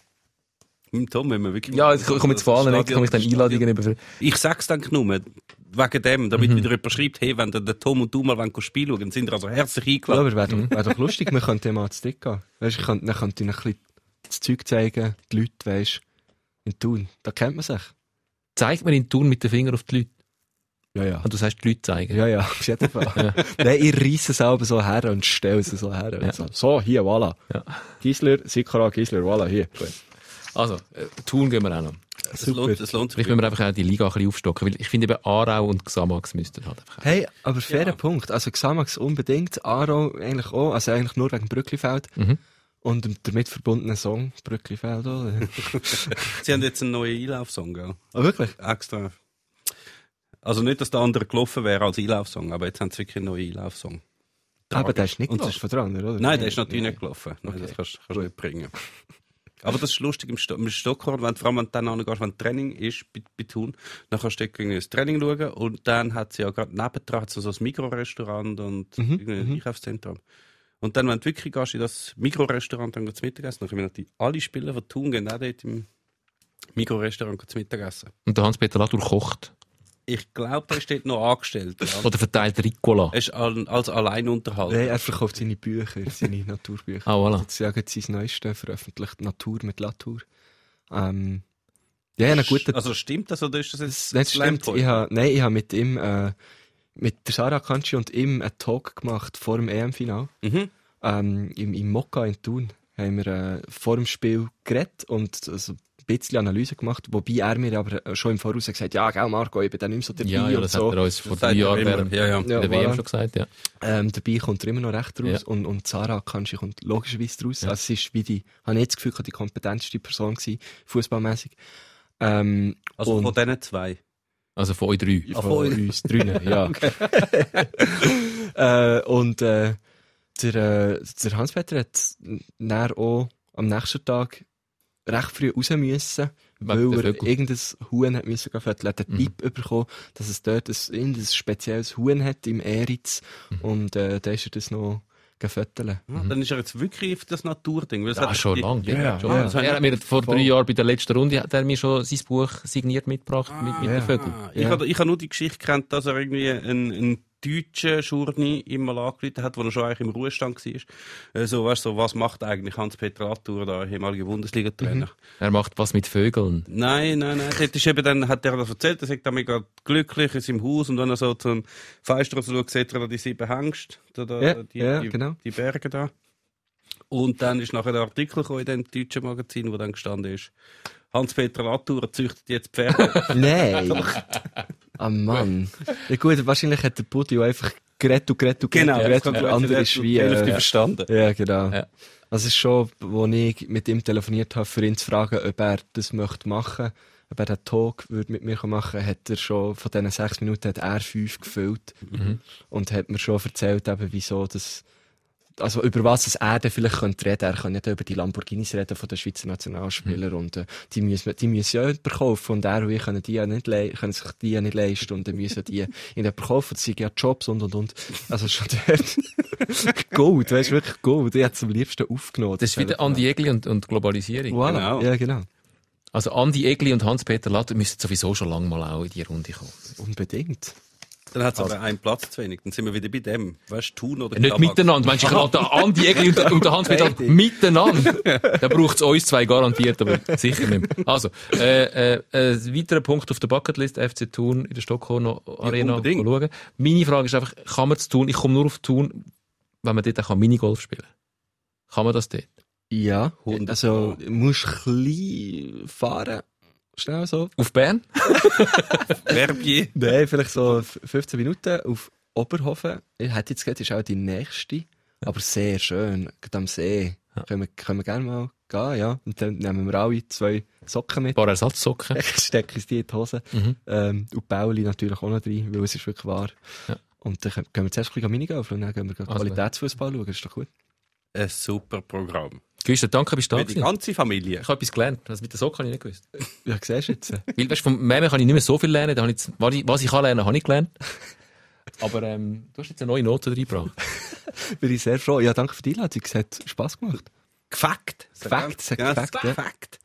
S2: Mit Hm, Tom, wenn wir wirklich...
S3: Ja, ich komme jetzt vor allem,
S2: Stadion-
S3: komme ich dann Einladungen Mhm. über.
S2: Ich sag's dann genommen, wegen dem, damit wieder jemand schreibt, hey, wenn der- der Tom und du mal wollen spielen wollen, dann sind ihr also herzlich
S1: Ja,
S2: eingeladen.
S1: aber wäre doch, wär doch lustig, wir könnten ja mal zu Stick gehen. Weißt, ich könnte, dann könnte ich ihnen ein bisschen das Zeug zeigen, die Leute, weißt in Thun. Da kennt man sich.
S3: Zeigt mir in Turn mit dem Finger auf die Leute.
S1: Ja, ja.
S3: Ah, du sagst, die Leute zeigen.
S1: Ja, ja, auf jeden Fall. Nein, ich reisse es selber so her und stelle es so her. Und so. so, hier, voilà.
S3: Ja.
S1: Gisler, Sikora, Gisler, voilà, hier.
S3: Also, äh, Turn gehen wir auch noch.
S2: Es
S1: super.
S2: lohnt, es lohnt sich.
S3: Vielleicht müssen wir einfach auch die Liga ein bisschen aufstocken, weil ich finde eben Aarau und Xamax müssten halt einfach.
S1: Hey, aber fairer Punkt. Also Xamax unbedingt, Aro eigentlich auch, also eigentlich nur wegen Brücklifeld.
S3: Mhm.
S1: Und dem damit verbundenen Song, Brücklifeld, oder?
S2: Sie haben jetzt einen neuen Einlaufsong, gell?
S1: Ah, wirklich?
S2: Extra. Also nicht, dass der andere gelaufen wäre als Einlaufsong, aber jetzt haben sie wirklich einen neuen Einlaufsong.
S1: Aber der ist nicht
S2: Und-
S1: gelaufen von dran, oder?
S2: Nein, der ist natürlich
S1: Nein.
S2: nicht gelaufen. Nein,
S1: Okay.
S2: das kannst kannst du nicht bringen. Aber das ist lustig im, Sto im Stockhorn, wenn, vor allem wenn du dann angehst, wenn Training ist, bei, bei Thun, dann kannst du dort irgendwie das Training schauen und dann hat sie ja gerade nebendran hat sie so ein Mikrorestaurant und
S1: Mhm,
S2: irgendwie ein Einkaufszentrum. Und dann, wenn du wirklich gehst in das Mikrorestaurant, dann gehst du Mittagessen, dann können natürlich alle Spieler von Thun gehen auch dort im Mikrorestaurant zu Mittagessen.
S3: Und der Hans-Peter Latour kocht.
S2: Ich glaube, der ist dort noch angestellt. Ja. Äh,
S3: Oder verteilt Ricola.
S2: Er ist al- als Alleinunterhalter.
S1: Nein, er verkauft seine Bücher, seine Naturbücher.
S3: Ah, voilà.
S1: Sie sagen, sein neuestes veröffentlicht Natur mit Latour. Ähm, ja, einen guten
S2: Also stimmt das oder ist das jetzt
S1: Das stimmt.
S2: Slam-Poetry?
S1: Ich ha, nein, ich habe mit ihm, äh, mit der Sarah Kanchi und ihm einen Talk gemacht vor dem EM-Final.
S2: Mhm.
S1: Ähm, im, Im Mokka in Thun haben wir äh, vor dem Spiel geredet und also ein bisschen Analyse gemacht, wobei er mir aber schon im Voraus gesagt hat, ja, gell, Marco, ich bin da nicht mehr so dabei
S3: Ja, ja,
S1: und
S3: das
S1: so.
S3: hat er uns vor
S2: Das sagt
S3: drei
S2: er
S3: Jahren
S2: immer.
S3: während
S2: Ja, ja.
S3: der
S1: Ja,
S3: WM
S1: voilà.
S3: schon gesagt, ja.
S1: Ähm, dabei kommt er immer noch recht raus
S3: Ja.
S1: und, und Sarah Kanji kommt logischerweise raus. Also sie ist wie die, habe ich jetzt das Gefühl, die kompetenteste Person gewesen, fußballmäßig. Ähm,
S2: Also
S1: und-
S2: von diesen zwei.
S3: Also von euch drei.
S1: von
S2: voll.
S1: uns drinnen, ja. äh, und äh, der, äh, der Hans-Peter hat dann auch am nächsten Tag recht früh raus müssen,
S3: Wegen
S1: weil
S3: der
S1: er
S3: Vögel. Mhm.
S1: irgendein Huhn hat müssen gehen fütteln. Er hat einen Tipp bekommen, dass es dort ein, irgendein spezielles Huhn hat im Eritz
S3: Mhm.
S1: und äh, da ist er das noch gefüttert.
S2: Ah, Dann ist er jetzt wirklich auf das Naturding. weil es
S3: Ja,
S2: hat-
S3: schon lang.
S2: Ja,
S3: ja, schon
S1: ja.
S3: lang. Er hat mir vor
S1: Voll.
S3: drei Jahren bei der letzten Runde hat er mir schon sein Buch signiert mitgebracht mit, mit
S1: ja.
S3: den Vögeln.
S2: Ah, Ich
S1: Ja.
S2: habe ich habe nur die Geschichte gekannt, dass er irgendwie einen, einen deutschen Journey immer angerufen hat, wo er schon eigentlich im Ruhestand war. Äh, So, weißt du, so, was macht eigentlich Hans-Peter Latour, der ehemalige Bundesliga-Trainer?
S3: Er macht was mit Vögeln.
S2: Nein, nein, nein. Dort ist eben dann, hat er das erzählt, er sagt, er mega glücklich in seinem Haus und wenn er so zum Fenster schaut, sieht er da die sieben Hengste, da, da,
S1: Ja,
S2: die,
S1: ja,
S2: die,
S1: genau.
S2: die Berge da. Und dann ist nachher der Artikel gekommen in dem deutschen Magazin, wo dann gestanden ist, Hans-Peter Latour züchtet jetzt Pferde.
S1: Nein! Ah Mann. Ja gut, wahrscheinlich hat der Putti auch einfach geredet und geredet und
S2: Genau,
S1: geredet, und geredet und der andere ist wie...
S2: Die Hälfte
S1: äh,
S2: verstanden.
S1: Ja, genau.
S3: Ja.
S1: Also es ist schon, wo ich mit ihm telefoniert habe, für ihn zu fragen, ob er das möchte machen, ob er den Talk würde mit mir machen, hat er schon von diesen sechs Minuten hat er fünf gefüllt und hat mir schon erzählt, eben, wieso das also über was es er dann vielleicht könnte reden. Er könnte nicht über die Lamborghinis reden von den Schweizer Nationalspielern und äh, die müssen, wir- die müssen ja jemand kaufen und er und ich können, die ja nicht lei- können sich die ja nicht leisten und dann müssen die in kaufen, das sind ja Jobs und und und. Also schon dort. Gold, weißt du, wirklich Gold. Ich hätte es am liebsten aufgenommen.
S3: Das ist wieder Andi Egli und, und Globalisierung.
S1: Voilà.
S2: Genau.
S1: Ja, genau.
S3: Also Andi Egli und Hans-Peter Latour müssen sowieso schon lange mal auch in die Runde kommen.
S1: Unbedingt.
S2: Dann hat es
S1: also
S2: aber einen Platz zu wenig. Dann sind wir wieder bei dem. Weißt du, Thun oder
S3: Nicht
S2: Tabak?
S3: miteinander. Meinst du, ich der Andi Egli und, der- und der Hans-Peter Latour miteinander? Dann braucht es uns zwei garantiert, aber sicher nicht. Also, äh, äh, ein weiterer Punkt auf der Bucketlist, FC Thun in der Stockholm Arena.
S2: unbedingt.
S3: schauen. Meine Frage ist einfach, kann man zu Thun, ich komme nur auf Thun, wenn man dort auch Minigolf spielen kann. Kann man das dort?
S1: Ja.
S2: Hundert
S1: Also, du musst klein fahren. Schnell so.
S3: Auf Bern?
S2: Verbier.
S1: Nein, vielleicht so f- 15 Minuten auf Oberhofen. Ich hätte jetzt gesagt, ist auch die nächste. Aber sehr schön. Gerade am See. Können, wir, können wir gerne mal gehen, ja. Und dann nehmen wir alle zwei Socken
S3: Ein
S1: mit.
S3: paar Ersatzsocken.
S1: Stecken uns die in die Hose. Ähm, und Bauli natürlich auch noch rein, weil es ist wirklich wahr.
S3: Ja.
S1: Und dann können können wir zuerst ein bisschen Minigolf und dann gehen wir also,
S3: Also-
S1: Qualitätsfußball schauen. Das ist doch gut.
S2: Ein super Programm.
S3: Güster, danke, bist du da
S2: Mit der
S3: gewesen.
S2: ganzen Familie.
S3: Ich habe etwas gelernt. Also mit der Socke habe ich nicht gewusst.
S1: Ja, siehst du jetzt.
S3: Weil, weißt, vom Meme kann ich nicht mehr so viel lernen. Da habe ich jetzt, was ich- was ich kann lernen, habe ich gelernt. Aber ähm, du hast jetzt eine neue Note reingebracht.
S1: Bin ich sehr froh. Ja, danke für die Einladung. Es hat Spass gemacht.
S2: Gefackt.
S1: Gefackt, sagt
S2: Ja,
S1: gefackt,
S2: ja.
S1: ja.
S2: Gefackt.